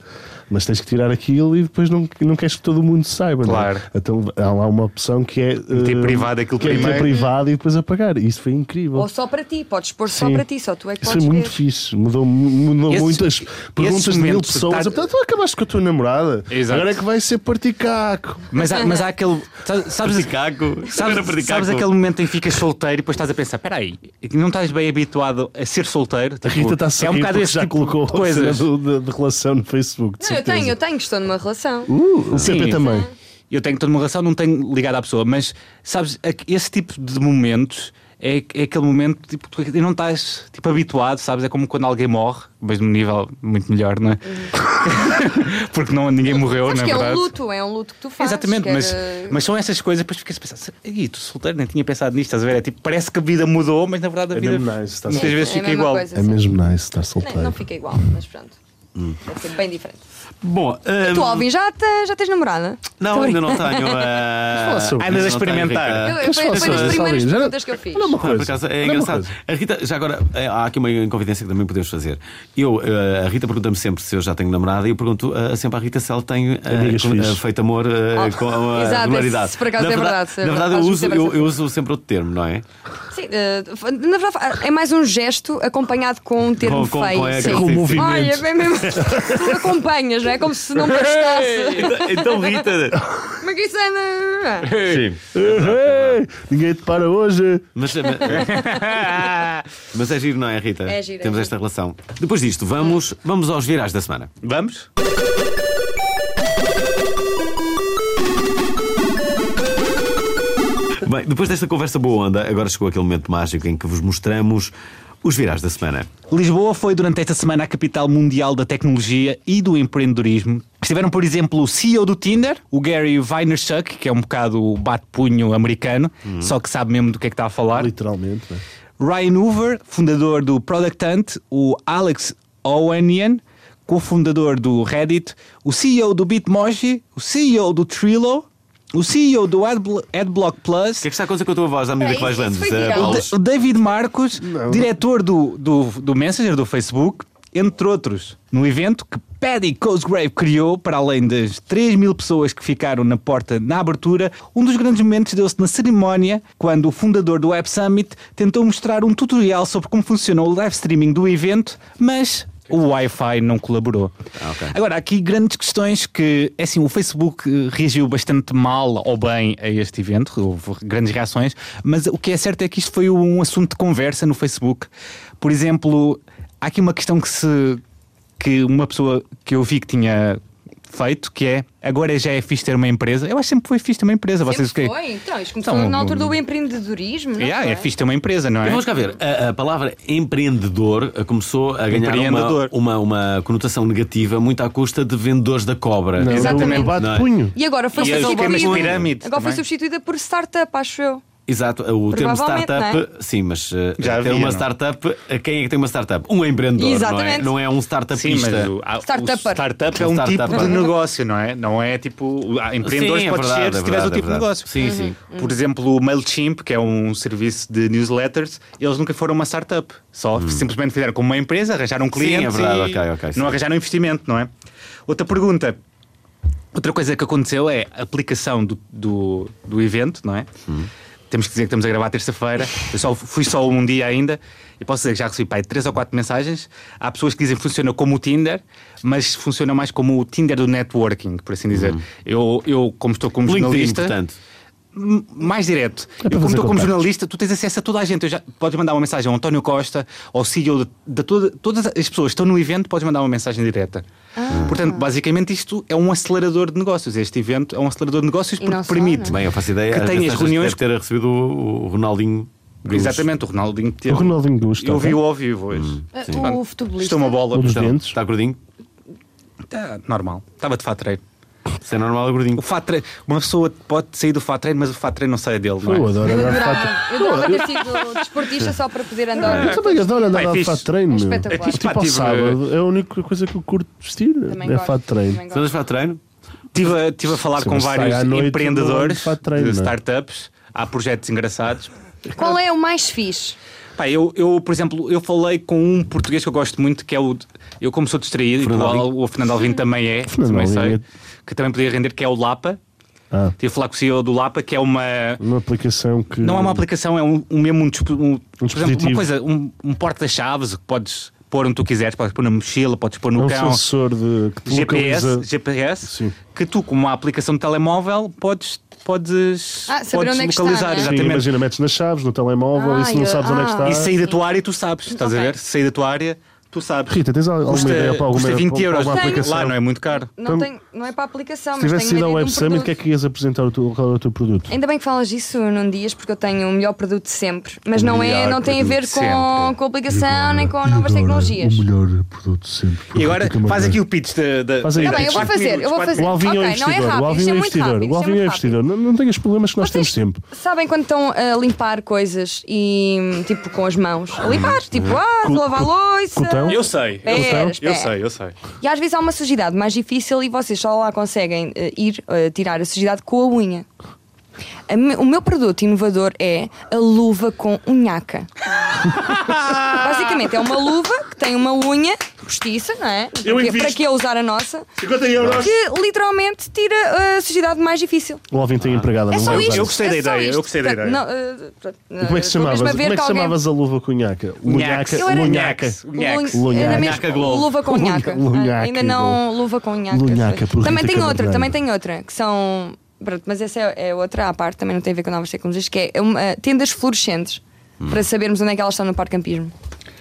mas tens que tirar aquilo e depois não, não queres que todo mundo saiba, não é?
Claro.
Então há lá uma opção que é
Meter
eh,
privado aquilo
que é meter
primeiro.
privado e depois apagar. E isso foi incrível.
Ou só para ti, podes pôr só
Sim.
para ti, só tu é que
Isso foi
podes
muito
ver.
fixe. Mudou, mudou
Esses-
muito as perguntas
esses
de mil
momentos de
pessoas.
tar-
Portanto, tu acabaste com a tua namorada.
Exato.
Agora é que vai ser particaco.
Mas há, mas há aquele. sa- Sabes,
Perdicaco.
sabes,
Era perdicaco.
sabes aquele momento em que ficas solteiro e depois estás a pensar: peraí, não estás bem habituado a ser solteiro?
A Rita está a sair
É um bocado
porque
esse
já
tipo
colocou
de
a cena
coisas.
do- da- de relação no Facebook. de
Não, eu
certeza.
tenho, eu tenho, estou numa relação.
Uh, o
Sim.
PP também.
Eu tenho toda uma relação, não tenho ligado à pessoa, mas sabes, a- esse tipo de momentos é, é aquele momento tipo, tu não estás tipo, habituado, sabes? É como quando alguém morre, mas num nível muito melhor, não é? Porque não, ninguém morreu,
Uhum. Sabes
não é
que é um
verdade?
luto, é um luto que tu fazes.
Exatamente,
quer,
mas,
eh,
mas são essas coisas, depois ficas a pensar, e tu solteiro, nem tinha pensado nisto, estás a ver? É tipo, parece que a vida mudou, mas na verdade a
É
vida
mesmo nice, está
muitas
certo.
vezes
é a
fica
mesma
igual.
coisa,
É
sim.
mesmo nice estar
Não, não
solteiro.
fica igual, mas pronto.
Hum.
Deve ser bem diferente.
Bom,
Tu,
ah,
Alvin, já, te- já tens namorada?
não, ainda não tenho. ah,
falar sobre
ainda
isso.
não tenho,
experimentar.
Rita.
Eu-
Mas fala
foi foi das
sobre isso,
primeiras
Alvin, já-
perguntas que eu fiz.
Olha uma
Não,
coisa.
por acaso, é
olha uma
engraçado.
coisa.
A Rita, já agora, é, há aqui uma inconfidência que também podemos fazer. Eu, eh, a Rita pergunta-me sempre se eu já tenho namorada e eu pergunto eh, sempre à Rita se ela tem eh,
Amigas
com-
fixe.
eh, feito amor eh,
Oh,
com a
exato,
regularidade.
se por acaso
na
é verdade, se é
Na verdade,
verdade,
eu
acho que
uso,
sempre
eu,
essa-
eu uso sempre outro termo, não é?
Sim, eh, na verdade é mais um gesto acompanhado com um termo
Com- com-
feio.
com a-
sim.
com o
movimento.
Olha, bem mesmo. tu acompanhas, não é? Como se não bastasse.
Então, então, Rita.
Como é que isso é?
Sim.
Ei, Ninguém te para hoje.
Mas, eh,
Ah.
mas é giro, não é, Rita?
É giro, é
Temos
giro.
esta relação. Depois disto, vamos, vamos aos virais da semana.
Vamos?
Bem, depois desta conversa boa onda, agora chegou aquele momento mágico em que vos mostramos os virais da semana.
Lisboa foi durante esta semana a capital mundial da tecnologia e do empreendedorismo. Estiveram, por exemplo, o CEO do Tinder, o Gary Vaynerchuk, que é um bocado o bate-punho americano, só que sabe mesmo do que é que está a falar.
Literalmente. né?
Ryan Hoover, fundador do Product Hunt, o Alex Owenian, cofundador do Reddit, o CEO do Bitmoji, o CEO do Trello, o CEO do Adblo- AdBlock Plus,
O que é que está a acontecer com a tua voz à medida
É,
que vais
isso-
lendo?
isso foi
Zé
viral.
Paulo?
o David Marcos, diretor do, do, do Messenger do Facebook, entre outros, no evento que Paddy Cosgrave criou, para além das 3 mil pessoas que ficaram na porta na abertura, um dos grandes momentos deu-se na cerimónia, quando o fundador do Web Summit tentou mostrar um tutorial sobre como funciona o live streaming do evento, mas o Wi-Fi não colaborou. Agora, há aqui grandes questões que, é assim, o Facebook eh, reagiu bastante mal ou bem a este evento, houve grandes reações, mas o que é certo é que isto foi um assunto de conversa no Facebook. Por exemplo, há aqui uma questão que se que uma pessoa que eu vi que tinha feito, que é agora já é fixe ter uma empresa. Eu acho que sempre foi fixe ter uma empresa. Vocês o quê?
Sempre foi? Então, isto começou
Então,
na altura do empreendedorismo. não
Yeah, é
foi?
fixe ter uma empresa, não é?
Vamos cá ver, a, a palavra empreendedor eh, começou a ganhar uma,
Empreendedor.
uma, uma conotação negativa muito à custa de vendedores da cobra.
Não,
Exatamente.
não
Não é?
bate punho.
E agora foi
E os esquemas de
substituída.
pirâmide
Agora foi
também.
substituída por startup, acho eu.
Exato, o termo
Provavelmente,
startup,
não é?
sim, mas eh,
Já
ter
havia,
uma
não?
startup, eh, quem é que tem uma startup? Um empreendedor, não é?
Exatamente.
Não é um
Sim, mas
startupista.
o, a- o
Startupper.
startup é
Um
um tipo
startupper.
de negócio, não é? Não é tipo. há Empreendedores
Sim, é
pode
verdade,
ser
é
se tiveres
verdade,
o
é
tipo de
verdade.
negócio.
Sim, sim.
Por exemplo, o MailChimp, que é um serviço de newsletters, eles nunca foram uma startup. Só simplesmente fizeram como uma empresa, arranjaram um cliente.
Hum. é verdade,
e
ok, ok, sim.
Não arranjaram investimento, não é? Outra pergunta. Outra coisa que aconteceu é a aplicação do, do, do evento, não é?
Hum.
Temos que dizer que estamos a gravar terça-feira. Eu só, fui só um dia ainda e posso dizer que já recebi pai, três ou quatro mensagens. Há pessoas que dizem que funciona como o Tinder, mas funciona mais como o Tinder do networking, por assim dizer. Eu, eu, como estou como
Hum. Um LinkedIn,
Uhum. jornalista
portanto.
m- mais direto.
É para
eu, como
fazer
estou como
contactos.
jornalista, tu tens acesso a toda a gente. Eu já- podes mandar uma mensagem ao António Costa, ao CEO de, de toda- todas as pessoas que estão no evento, podes mandar uma mensagem direta.
Ah.
Portanto, basicamente, isto é um acelerador de negócios. Este evento é um acelerador de negócios
E
porque
não é? só,
permite.
Bem, eu faço ideia
Que
às
tenhas
mensagens
reuniões-
que deve ter recebido o o Ronaldinho. Cruz.
Exatamente, o Ronaldinho que teve.
O Ronaldinho Gusto.
Eu vi-o ao vivo hoje.
Ah,
Portanto,
O futebolista.
Estou é uma bola.
O Hum. Um dos
Então,
dentes.
Está gordinho?
Tá normal. Estava de fato treino.
Se é normal, é gordinho.
O fato treino. Uma pessoa pode sair do fato treino, mas o fato treino não sai dele. Não é?
Eu adoro
Eu
andar de fato.
adorava, eu adorava ter sido desportista só para poder
Eu
É.
andar.
também adoro andar
Bem,
de
fixe.
fato de treino.
É
meu.
espetacular.
Tipo
Pá,
ao
tive-
sábado, é a única coisa que eu curto vestir.
Também
É
gosto,
fato de treino.
também
Se
gosto.
andas para treino?
Estive a, tive a falar
Sim,
com
mas sai
vários
à noite, não é
empreendedores
fato treino,
de
não é?
startups. Há projetos engraçados.
Qual é o mais fixe?
Pá, eu, eu, por exemplo, eu falei com um português que eu gosto muito, que é o. Eu, como sou distraído,
Fernando
igual
Alvim.
o Fernando Alvim também é,
Fernando
também
Alvim
sei,
é-
que também podia render, que é o Lapa.
Ah,
Tive a falar com o CEO do Lapa, que é uma.
uma aplicação que.
Não é uma aplicação, é um, um mesmo um, disp- um- por exemplo,
Hum. dispositivo.
uma coisa, um, um porta-chaves que podes pôr onde tu quiseres, podes pôr na mochila, podes pôr
É
no
um
cão.
sensor de, que te
GPS,
localiza.
GPS
Sim.
que tu, com uma aplicação de telemóvel, podes, podes,
Ah, saber
podes
onde é que está,
localizar.
né? Sim,
Sim,
exatamente.
imagina, metes nas chaves, no telemóvel,
Ah,
e se não
eu-
sabes onde é que
ah.
está.
E sair da tua área tu sabes, estás a
Ok.
ver? Sair da tua área, tu sabes.
Rita, tens al- alguma
custa,
ideia para alguma
custa 20
para
euros.
alguma
Tenho.
aplicação?
Lá não é muito caro.
Não,
Então,
tem, não é para a aplicação,
Se
mas
tivesse
tenho
ido ao
medo de
Web
um
Summit, o que é
produto.
que ias apresentar? O teu, qual é o teu produto?
Ainda bem que falas disso num dias, porque eu tenho o melhor produto de sempre. Mas
O
não, é,
melhor
não tem a
produto
ver
de
com,
sempre.
com a aplicação nem com novas tecnologias.
melhor produto sempre.
E agora faz aqui o pitch da. da
Faz aí.
Tá
Tem
bem, eu vou
cinco
fazer, eu vou fazer.
O Alvinho é o
Ok, não é
investidor. O
rápido,
Alvinho
isto
é
é
o
muito
investidor.
rápido.
O
isto
Alvinho é o
é muito rápido.
investidor. Não, não tenhas problemas que nós
Vocês
temos tempo.
Sabem quando estão a limpar coisas e tipo com as mãos? A limpar, tipo, ah,
Cu-
vou lavar a
cu-
louça.
cutão?
Eu sei, eu
Espera,
sei, eu
espera.
sei, eu sei.
E às vezes há uma sujidade mais difícil e vocês só lá conseguem eh, ir eh, tirar a sujidade com a unha. A me- o meu produto inovador é a luva com unhaca. Basicamente é uma luva que tem uma unha postiça, não é?
Eu
Porque-
invisto.
para que eu usar a nossa?
50 euros!
Que literalmente tira eh, a sujidade mais difícil.
O Alvinho tem empregada,
É
não
só
vai
isto.
usar.
eu gostei da
é só
ideia, eu
isto.
gostei da
Portanto,
ideia.
não, eh, portanto,
E como é que se
estou mesmo
chamavas?
a ver
Como é que se
alguém-
chamavas a luva cunhaca? Lunhaca.
Eu era-
Lunhaca.
Unhax.
Lu-
Lunhaca.
era
Lunhaca
eh, mesmo
Globo.
luva com unhaca.
Lunhaca
Ainda não luva com unhaca.
Lunhaca, por
também
Rita
tem outra,
Cabrera.
também tem outra, que são. pronto, mas essa é, é outra à parte, também não tem a ver com novas tecnologias, que é uma, tendas fluorescentes
Hum.
para sabermos onde é que elas estão no parque campismo.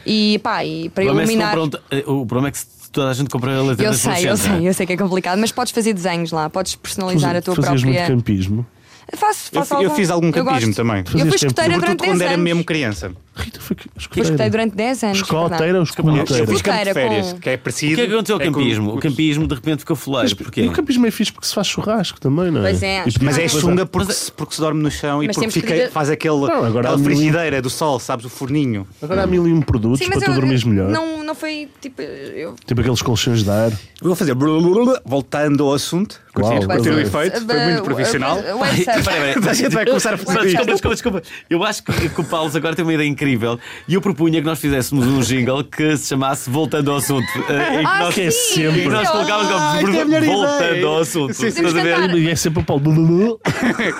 E pá, e para
O problema, é se
iluminar.
um
compram, eh, o problema é que se toda a gente compra a letra
Eu
das
sei, eu
fluorescentes, não é?
sei, eu sei que é complicado, mas podes fazer desenhos lá, podes personalizar a tua
Fazias muito
própria.
campismo.
Faço,
Eu,
faço
fi- eu fiz algum
eu
campismo
gosto.
também.
Eu fui
Fazias
escoteira
campismo.
durante
Sobretudo
10
quando era
anos.
mesmo criança.
Rita foi que-
Fui escoteira
escoteira.
durante 10 anos. é
Escoteira ou
Eu
escoteira?
fiz um campo de
Escoteira,
férias,
com-
que é parecido.
O que é que aconteceu ao
é com-
campismo? O campismo de repente ficou
Mas
fuleiro. Porquê?
E o campismo é fixe porque se faz churrasco também, não é?
Pois é,
E
acho
porque-
Mas é
depois há-
chunga porque, se- porque se dorme no chão e
Mas
porque
temos que
fica-
dizer-
faz aquele,
Não, agora há um
aquela
mil-
frigideira do sol, sabes? O forninho.
Agora há mil e um produtos
Sim,
para
mas
tu dormires melhor.
Não, não foi tipo. Eu
Tipo aqueles colchões de ar.
Vou fazer. blululul, Voltando ao assunto. Curtiste?
Uau,
Curtiu o
adorei.
um efeito? Foi muito profissional.
Web Summit.
A gente vai começar a fazer
Desculpa,
isto.
desculpa, desculpa. Eu acho que, que o Paulo agora tem uma ideia incrível. E eu propunha que nós fizéssemos um jingle que se chamasse Voltando ao Assunto. eh, Em que
Ah,
nós,
sim!
é sempre.
em que nós colocávamos
Ah, que é a melhor
como Voltando
ideia.
ao Assunto.
Sim,
Estás a ver?
cantar.
E é sempre o Paulo.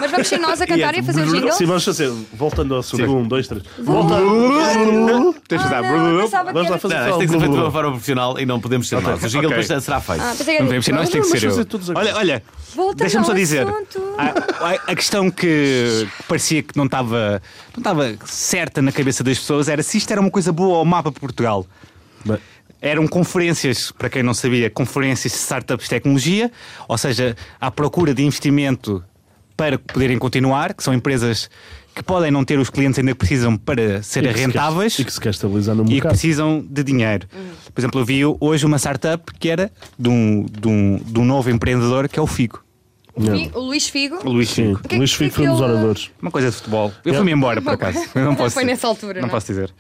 Mas vamos ser
é
nós a cantar e a fazer o jingle?
Sim, vamos fazer. Voltando ao assunto. Um, dois, três.
Voltando.
Tens de
Ah,
dar.
Vamos lá
não, pensava que era- Ah,
fazer
Não, isto tem que ser feito de uma forma profissional e não podemos ser nós. O jingle
Ok.
depois será feito.
Ah, pensei que
Não
era-
podemos ser nós, tem que
Vamos
ser eu.
fazer todos agora.
Olha, olha,
Volta
deixa-me só
ao
dizer.
assunto.
A, a- a questão que que parecia que não estava não estava certa na cabeça das pessoas era se isto era uma coisa boa ao mapa Portugal.
Bem,
Eram conferências, para quem não sabia, conferências de startups de tecnologia, ou seja, à procura de investimento para poderem continuar, que são empresas que podem não ter os clientes ainda que precisam para
e
serem
que se quer-
rentáveis
E que se quer estabilizar no
e que
mercado.
precisam de dinheiro.
Uhum.
Por exemplo, eu vi hoje uma startup que era de um, de um, de um novo empreendedor que é o Figo.
Não.
Fi- O Luís Figo.
O Luís
Sim,
Figo.
que-
Luís
que-
Figo
que
foi um dos
ele-
oradores.
Uma coisa de futebol. Eu fui-me embora, por acaso. Eu não posso
Foi
dizer.
nessa altura,
Não
não é?
posso dizer.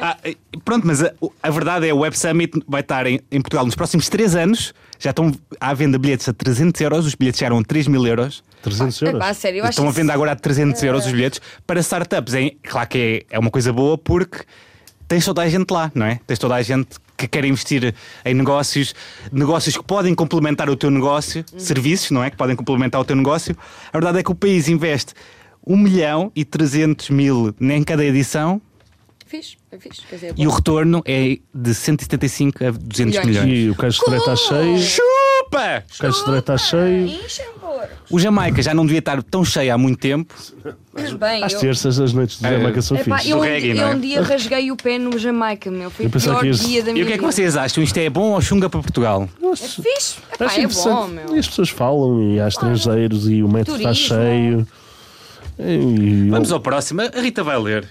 Ah, e- pronto, mas a, o- a verdade é o Web Summit vai estar em, em Portugal nos próximos 3 anos. Já estão à venda bilhetes a 300 euros. Os bilhetes já eram 3 mil euros.
300
Epá, a
euros.
sério, eu acho
estão à
isso-
venda agora a 300 euros os bilhetes para startups. É, claro que é, é uma coisa boa porque tens toda a gente lá, não é? Tens toda a gente que quer investir em negócios, negócios que podem complementar o teu negócio,
Uhum.
serviços, não é? Que podem complementar o teu negócio. A verdade é que o país investe 1 milhão e 300 mil em cada edição
Fiz, fiz. Quer dizer,
e o retorno é de 175 a 200
Milhões.
milhões.
E o caixa de direita está cheio.
Chupa!
O caixa de direita está cheio.
é
O Jamaica já não devia estar tão cheio há muito tempo.
Mas bem,
Às
eu...
terças, as noites de
É.
Jamaica são
Epá,
fixe.
eu,
Do
um
reggae,
dia-
não é?
eu um dia rasguei o pé no Jamaica, meu. Foi
Eu
o
pensava
pior
que ias-
dia da
E
minha
o que é que
vida.
vocês acham? Isto é bom ou chunga para Portugal?
Nossa,
Fiz? Epá,
acho
é bom,
interessante.
meu.
E as pessoas falam, e há estrangeiros, e o metro está
Turismo.
cheio. E
Vamos ao próximo. A Rita vai ler.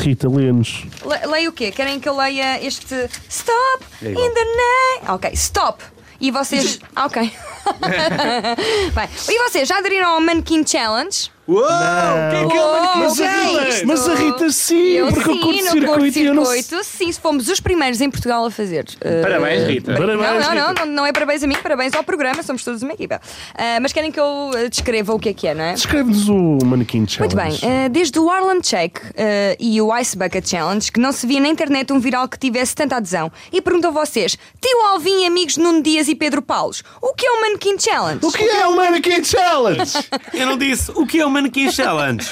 Rita Lenos.
Le- Leio o quê? Querem que eu leia este Stop
É
in
igual.
the name? Ah, Ok, stop! E vocês. Ah, ok. Bem, e vocês já aderiram ao Mannequin Challenge?
Uou! Quem é que é o Mano que
Mas
não
a
lê?
Rita-
mas a Rita sim, porque
sim,
eu curto
no
circuito e eu não sei.
curto-circuito, Sim, fomos os primeiros em Portugal a fazer. Uh,
Parabéns, Rita.
Parabéns,
não, não,
Rita.
não, não é parabéns a mim, parabéns ao programa, somos todos uma equipa. Ah, mas querem que eu ah, descreva o que é que é, não é?
Descreve-nos o Manequim Challenge.
Muito bem,
assim.
eh, desde o Harlem Shake eh, e o Ice Bucket Challenge, que não se via na internet um viral que tivesse tanta adesão. E pergunto a vocês, tio Alvin e amigos Nuno Dias e Pedro Paulos, o que é o Mannequin Challenge?
O que é o Manequim Challenge?
Eu não disse o que é o Manequim Challenge.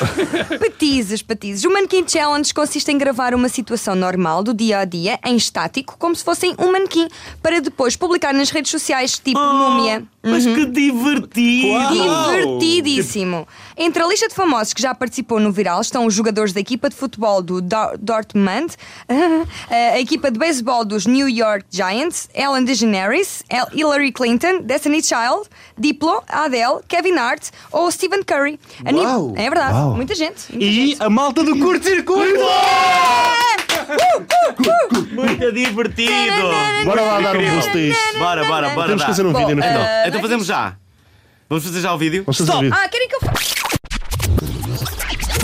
é?
Patizes, patizes. O Mannequin Challenge consiste em gravar uma situação normal do dia a dia, em estático, como se fossem um manequim, para depois publicar nas redes sociais, tipo
Ah.
múmia.
Oh,
Uhum.
Mas que divertido!
Divertidíssimo. Entre a lista de famosos que já participou no viral estão os jogadores da equipa de futebol do Dor- Dortmund, eh, a equipa de beisebol dos New York Giants, Ellen DeGeneres, El- Hillary Clinton, Destiny Child, Diplo, Adele, Kevin Hart ou Stephen Curry. A nível- É verdade, muita gente. muita
E
gente.
a malta do curto-circuito!
Muito divertido!
Bora lá dar um boost a isto.
Bora, bora, bora.
Temos que
dá.
fazer um
Bom,
vídeo no final.
eh,
Então fazemos já. Vamos fazer já o vídeo?
Vamos fazer um vídeo.
Ah, querem que eu faça?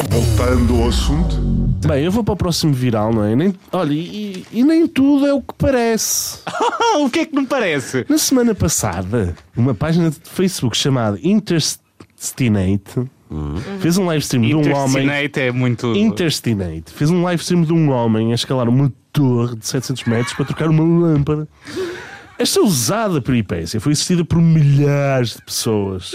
Voltando ao assunto.
Bem, eu vou para o próximo viral, não é? Nem, olha, e, e nem tudo é o que parece.
Ah, o que é que me parece?
Na semana passada, uma página de Facebook chamada Interstinate fez um live stream de um homem.
Interstinate é muito.
Interstinate fez um live stream de um homem a escalar uma torre de 700 metros para trocar uma lâmpada. Esta ousada peripécia foi assistida por milhares de pessoas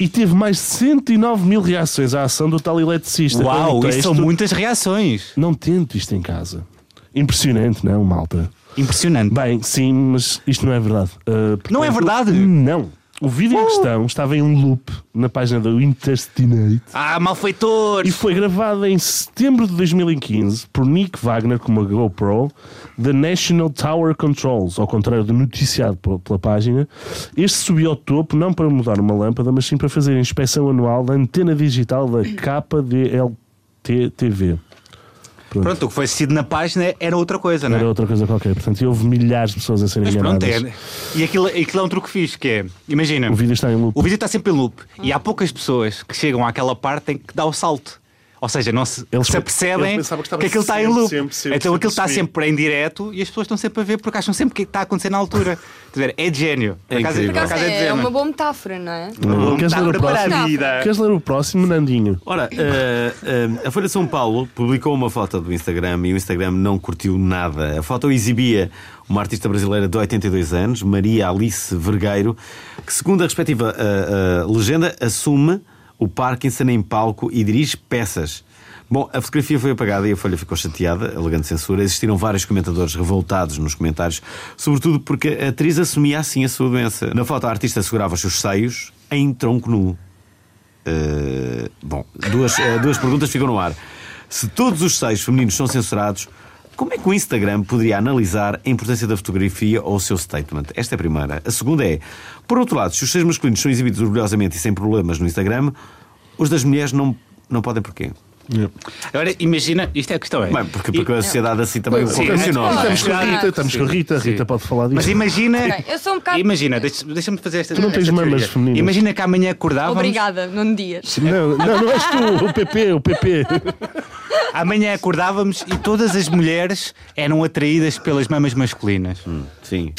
e teve mais de 109 mil reações à ação do tal eletricista.
Uau,
Com um
isso são
texto,
muitas reações.
Não tento isto em casa. Impressionante, não, malta?
Impressionante.
Bem, sim, mas isto não é verdade. Uh,
Não é verdade? Oh!
Não. O vídeo em questão estava em um loop na página do Interstinate
Ah, malfeitor!
e foi gravado em setembro de 2015 por Nick Wagner com uma GoPro da National Tower Controls. Ao contrário do noticiado pe- pela página, este subiu ao topo não para mudar uma lâmpada, mas sim para fazer a inspeção anual da antena digital da KDLT TV.
Pronto, o que foi assistido na página era outra coisa, não é?
Era outra coisa qualquer, portanto, e houve milhares de pessoas a serem
Mas pronto,
enganadas.
é. E aquilo, aquilo é um truque fixe, que é. Imagina.
O vídeo está em loop.
O vídeo está sempre em loop e há poucas pessoas que chegam àquela parte em que dá o salto. Ou seja, não se,
Eles-
se apercebem
ele
que
pensava que estava
aquilo está em
sempre,
loop.
sempre, sempre,
então
sempre
aquilo está
a subir.
sempre em direto e as pessoas estão sempre a ver porque acham sempre o que é que está a acontecer na altura. Estás a ver? É de gênio. Por
É
acaso-
incrível.
por
Porque
acaso é de
é, é
gênio.
uma boa metáfora, não é?
Queres ler o
Metáfora
próximo?
próximo?
a vida.
Queres ler o próximo, Nandinho?
Ora, eh, eh, a Folha de São Paulo publicou uma foto do Instagram e o Instagram não curtiu nada. A foto exibia uma artista brasileira de 82 anos, Maria Alice Vergueiro, que, segundo a respectiva eh, eh, legenda, assume o Parkinson em palco e dirige peças. Bom, a fotografia foi apagada e a Folha ficou chateada, alegando censura. Existiram vários comentadores revoltados nos comentários, sobretudo porque a atriz assumia assim a sua doença. Na foto, a artista segurava os seus seios em tronco nu. Uh, bom, duas, eh, duas perguntas ficam no ar. Se todos os seis femininos são censurados, como é que o Instagram poderia analisar a importância da fotografia ou o seu statement? Esta é a primeira. A segunda é, por outro lado, se os seis masculinos são exibidos orgulhosamente e sem problemas no Instagram, os das mulheres não, não podem porquê?
Agora imagina, isto é a questão. É,
Bem, porque, porque a sociedade assim também o
Sim,
condicionou.
é-
não é?
é-
Estamos com a Rita, estamos com a Rita. Rita pode falar disso.
Mas imagina.
Peraí, eu sou um bocado-
Imagina, deixa- deixa-me fazer esta.
Tu não tens
esta
mamas
teoria.
femininas.
Imagina que amanhã acordávamos.
Obrigada, Nuno Dias.
Não, não, não és tu, o PP, o PP.
Amanhã acordávamos e todas as mulheres eram atraídas pelas mamas masculinas.
Sim.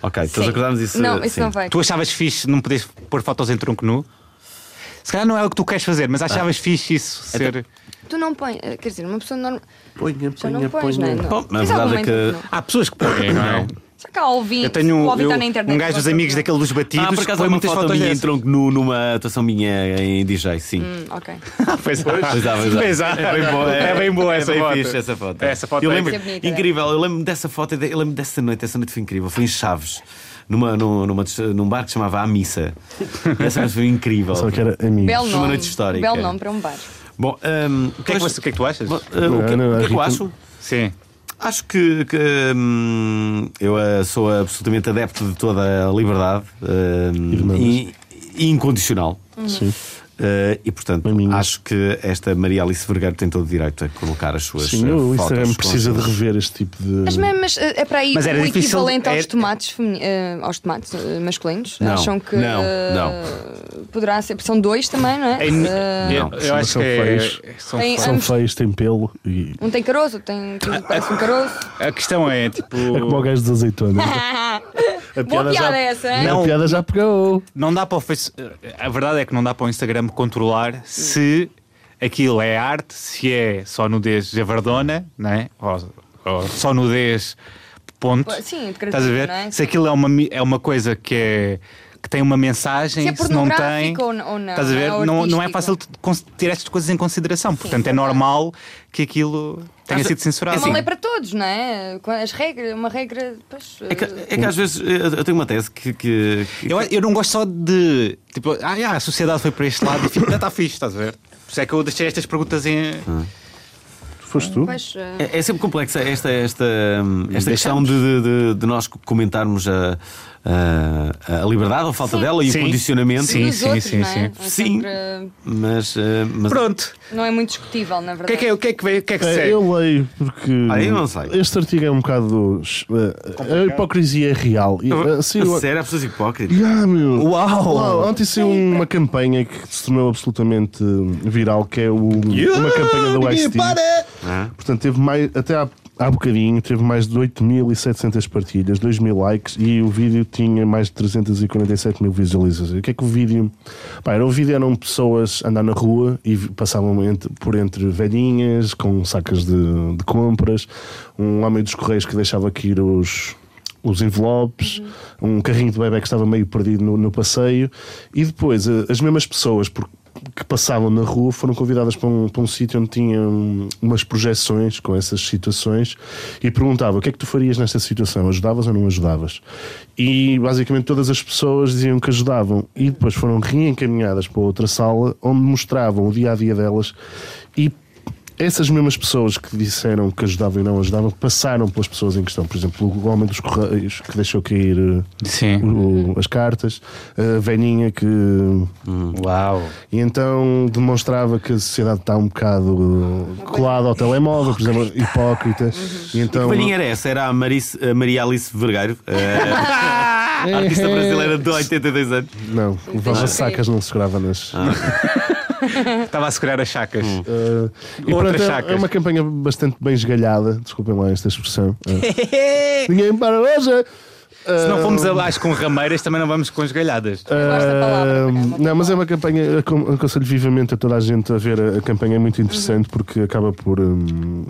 Ok, todos
Sim.
acordámos isso.
Não, isso
sim.
não vai.
Tu achavas fixe não poderes pôr fotos em tronco nu? Se calhar não é o que tu queres fazer, mas achavas
Ah.
fixe isso ser.
Tu não pões. eh, Quer dizer, uma pessoa normal.
Ponha,
Já não
ponha,
pões, não é?
ponha.
Não.
Bom, na
Mas
verdade
algum
é que-
momento não.
Há pessoas que põem, não é?
Será que há ouvinte?
Eu tenho
O ouvinte
eu-
está na internet.
um gajo dos amigos daquele dos batidos.
Ah, por acaso
põe
há uma
muitas
foto
fotos
minha em
dessas.
tronco nu numa atuação minha em DJ, sim.
Hum, Ok.
Pois é.
Pois há, pois há.
Pois há.
É bem boa, é,
É bem boa essa
bem
foto.
fixe essa foto.
Essa foto
eu
é
lembro,
Isso é bonito, é.
incrível, eu lembro dessa foto, e de- eu lembro dessa noite, essa noite foi incrível, foi em Chaves, numa, numa, numa des- num bar que se chamava A Missa. Essa noite foi incrível.
Só que era
Belo
amigo.
Uma
nome.
noite histórica.
Belo nome para um bar.
Bom, hum,
O que é que você- o que é que tu achas?
Bom, uh, o que,
Não,
o
não,
que é que eu
Rita-
acho?
Sim.
Acho que, que, hum, eu eh, sou absolutamente adepto de toda a liberdade hum,
Irmãs.
e, e incondicional.
Sim.
Eh, e portanto,
Maminhas.
acho que esta Maria Alice Vergueiro tem todo o direito a colocar as suas
Sim,
eh,
o
fotos
Instagram
com
precisa
as
de
suas-
rever este tipo de.
Mas mesmo mas, eh, é para aí
Mas era
o
difícil-
equivalente aos
era-
tomates, femini- eh, aos tomates eh, masculinos.
Não,
Acham que
não,
eh, poderá ser. São dois também, não é?
Em-
Eh,
eu-
não,
eu acho
são
que é-
feios.
são
Tem-
feios.
São feios, têm pelo e.
Um tem caroço, tem parece um caroço.
A questão é tipo.
É como o gajo das azeitonas.
Boa piada é
já...
essa, hein?
Não.
A piada já pegou.
Não dá para o Face- A verdade é que não dá para o Instagram controlar se aquilo é arte, se é só nudez javardona, não é? ou, ou só nudez ponto.
Pô, sim, de gratuito,
Estás a ver?
não é?
Se aquilo é uma, mi- é uma coisa que é. Que tem uma mensagem,
Se é
se não tem.
pornográfico ou n- ou não,
Estás a ver?
ou
Não, não é
artístico.
fácil de cons- ter estas coisas em consideração. Portanto, é
verdade.
normal que aquilo tenha sido censurado.
É uma lei para todos, não é? Com As regras, uma regra. Pois,
É que, é que às vezes eh, eu tenho uma tese que. que- que-
Eu, eu não gosto só de. Tipo, ah, já, a sociedade foi para este lado e fico, já está fixe, estás a ver? Por isso é que eu deixei estas perguntas em.
Foste tu?
pois, eh,
É, é sempre complexa esta, esta, hum, esta questão de, de- de- de nós comentarmos a, a, a liberdade ou falta
Sim.
dela e
Sim.
o condicionamento.
Sim.
dos outros, não é?
sim.
É
Sim.
sempre, eh,
Mas, eh, mas-
Pronto.
Não é muito discutível, na
O que
verdade.
é que é, o que é que vem- o que é que
É,
segue?
eu leio porque
Ah, eu não sei.
este artigo é um bocado eh, a hipocrisia é real. E, eh,
A
saiu-
sério, há pessoas hipócritas.
Yeah, meu.
Uau!
Uau, Ontem saiu uma campanha que se tornou absolutamente eh, viral, que é o, uma campanha do Ice
Ah.
Portanto, teve mais, até há, há bocadinho, teve mais de 8.700 partilhas, 2.000 likes e o vídeo tinha mais de 347 mil visualizações. O que é que o vídeo. Pá, era, o vídeo eram pessoas a andar na rua e vi- passavam entre- por entre velhinhas, com sacas de, de compras, um homem dos correios que deixava cair os. Os envelopes, um carrinho de bebé que estava meio perdido no, no passeio, e depois eh, as mesmas pessoas, porque que passavam na rua foram convidadas para um, para um sítio onde tinham hum, umas projeções com essas situações e perguntava o que é que tu farias nesta situação, ajudavas ou não ajudavas? E basicamente todas as pessoas diziam que ajudavam e depois foram reencaminhadas para outra sala onde mostravam o dia a dia delas e essas mesmas pessoas que disseram que ajudavam e não ajudavam passaram pelas pessoas em questão. Por exemplo, o homem dos correios que deixou cair eh,
Sim.
o- as cartas, a velhinha que
Uau!
e então demonstrava que a sociedade está um bocado eh, colada ao telemóvel, por exemplo, hipócrita. E então.
Que palhinha era essa? Era a, Marice- a Maria Alice Vergueiro, eh, artista brasileira de 82 anos.
Não, levava
Ok.
sacas, não segurava nas.
Estava a segurar as chacas.
Uh,
E
portanto,
outras
é-
chacas.
é uma campanha bastante bem esgalhada, desculpem lá esta expressão. Uh, ninguém para hoje!
É, Se não formos abaixo com rameiras, também não vamos com esgalhadas.
gosto da palavra,
Ah,
é uma boa
não, mas é uma campanha, acon- aconselho vivamente a toda a gente a ver a, a campanha, é
Uhum.
muito interessante porque acaba por. hum,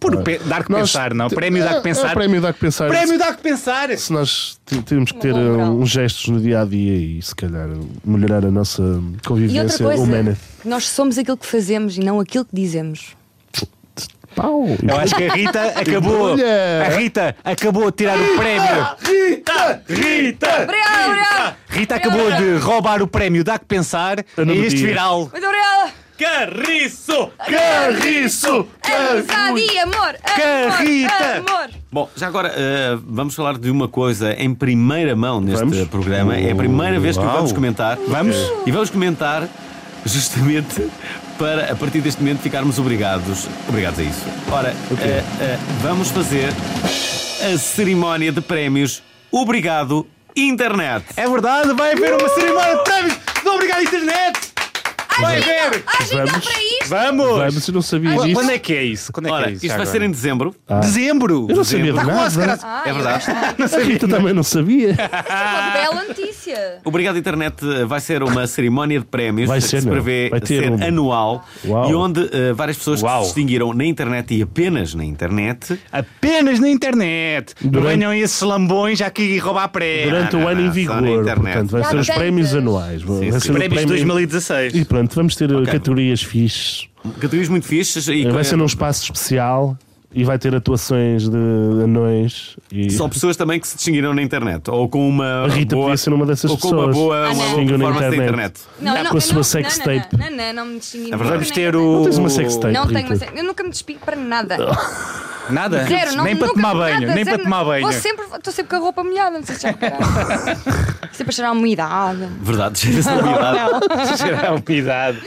Por pe- dar que
nós-
pensar, não? Prémio
É-
dá que
É,
pensar.
prémio dá que pensar.
Prémio dá que pensar!
Se nós t- temos que ter
bom moral.
uh, uns gestos no dia a dia e se calhar melhorar a nossa
E outra
convivência
coisa,
humana.
nós somos aquilo que fazemos e não aquilo que dizemos.
Pau!
Eu acho que a Rita acabou.
Embrulha.
A Rita acabou de tirar o prémio. Rita! Rita!
Obrigada, obrigada!
Rita acabou de roubar o prémio dá que pensar a
Ana
este
Maria.
viral.
Muito obrigada!
Carriço!
Carriço!
É Amizade e amor!
Carrita!
Amor! amor.
Bom, já agora eh, vamos falar de uma coisa em primeira mão neste
Vamos?
programa. é a primeira vez que
Uau.
vamos comentar.
Vamos?
E vamos comentar justamente para, a partir deste momento, ficarmos obrigados. Obrigados a isso. Ora, eh, eh, vamos fazer a cerimónia de prémios. Obrigado, internet.
É verdade, vai haver uma cerimónia de prémios do Obrigado Internet! Vai haver!
Agem então
Vamos.
para isto!
Vamos!
Vai, mas eu não sabia disso.
Quando é que é isso? Quando é que
Ora,
é isso? Tá
isto vai ser em dezembro.
dezembro!
Tá. Eu não sabia de
Está quase,
nada.
caralho.
é verdade.
A Rita também não sabia.
é
Ah.
Uma bela notícia!
Obrigado Internet eh, vai ser uma cerimónia de prémios
Vai
que
ser,
se
meu.
prevê
Vai ter
ser
uma.
anual
Uau.
e onde eh, várias pessoas que
Uau.
se distinguiram na internet e apenas na internet
Apenas na internet! Não
Durante-
venham esses lambões já aqui roubar prémios!
Durante
não,
o
não,
ano em
só na
vigor,
internet.
portanto, vai
Já
ser os
tantas.
prémios anuais.
Sim,
vai
sim.
ser o
Prémios de
prémio-
2016.
E pronto, vamos ter uh, categorias fixes.
categorias muito fixas e é-
Vai ser num espaço especial e vai ter atuações de anões. E...
só pessoas também que se distinguiram na internet ou com uma
A Rita
boa,
podia ser uma dessas
ou com uma
pessoas.
boa,
Ah,
uma
não.
boa
Distinguiu na
performance da internet.
internet.
Não,
Dá
não,
com a
eu
sua
não,
sex
não,
tape.
Não, não, não, não me distingui.
É verdade.
Vamos ter o.
Não tens uma sextape,
Não tenho uma
Rita.
sex Eu nunca me despido para nada.
Nada?
Zero, não,
nem para
nunca-
tomar banho,
nada,
nem
zero,
para tomar
não.
banho.
Vou sempre, estou sempre com a roupa molhada, não sei se já repararam. Sempre a cheirar a umidade.
Verdade, cheira-se a umidade.
Cheirar a umidade.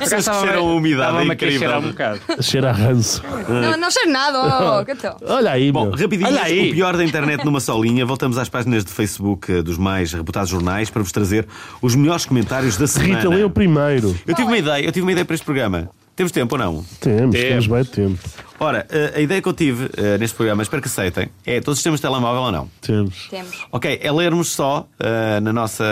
Pessoas que cheiram a umidade, é
Estava-me aqui a
incrível.
cheirar um bocado.
Cheira a ranço.
Não, não cheiro nada, oh, então.
Olha aí,
Bom,
meu.
rapidinho,
Olha aí.
o pior da internet numa só linha. Voltamos às páginas de Facebook eh, dos mais reputados jornais para vos trazer os melhores comentários da semana.
Rita, lê o primeiro.
Eu
é?
tive uma ideia, eu tive uma ideia para este programa. Temos tempo ou não?
Temos, temos bem tempo.
Ora, a- a ideia que eu tive eh, neste programa, espero que aceitem, é todos temos telemóvel ou não?
Temos.
Temos.
Ok, é lermos só eh, na nossa,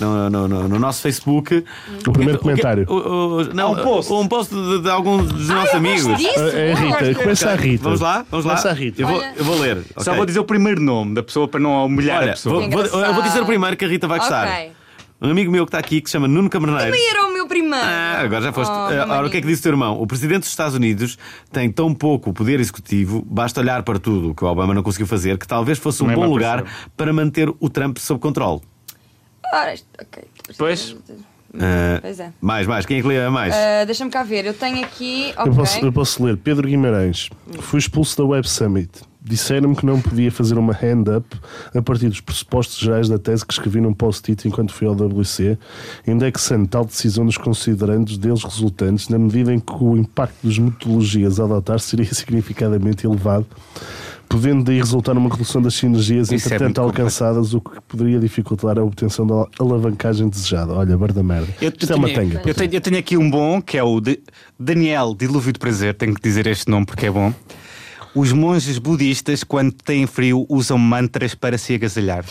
no, no- no- no nosso Facebook é
O primeiro comentário.
o- o- não,
um post.
um post de, de alguns dos nossos
Gosto
amigos.
disso?
É a
gosto.
Rita, começa a Rita.
Vamos lá, vamos lá.
Começa a Rita.
Eu vou,
Olha.
eu vou ler.
Só
ok?
vou dizer o primeiro nome da pessoa para não humilhar a
Olha,
pessoa.
vou, vou- eu vou dizer o primeiro que a Rita vai gostar.
Ok.
Um amigo meu que está aqui que se chama Nuno Caberneiro.
Também era o meu primeiro.
Ah, agora já foste.
Oh,
Ah, Ora, o que é que disse o teu irmão? O presidente dos Estados Unidos tem tão pouco poder executivo, basta olhar para tudo o que o Obama não conseguiu fazer, que talvez fosse um
Também
bom
me
lugar
apareceu.
para manter o Trump sob controle.
Ora, isto- ok. é,
Pois.
Ah,
Pois é.
Mais, mais. Quem é que lê mais?
Ah, Deixa-me cá ver, eu tenho aqui.
Eu, posso, eu
Ok.
posso ler. Pedro Guimarães. Fui expulso da Web Summit. Disseram-me que não podia fazer uma hand-up a partir dos pressupostos gerais da tese que escrevi num post-it enquanto fui ao WC, indexando tal decisão nos considerandos deles resultantes, na medida em que o impacto das metodologias a adotar seria significadamente elevado, podendo daí resultar numa redução das sinergias
Isso é muito
entretanto alcançadas, o que poderia dificultar a obtenção da alavancagem desejada. Olha, barda merda.
Eu,
Isto é
tenho,
uma tanga.
eu, tenho, eu tenho aqui um bom que é o de Daniel Dilúvio de Prazer. Tenho que dizer este nome porque é bom. Os monges budistas, quando têm frio, usam mantras para se agasalhar.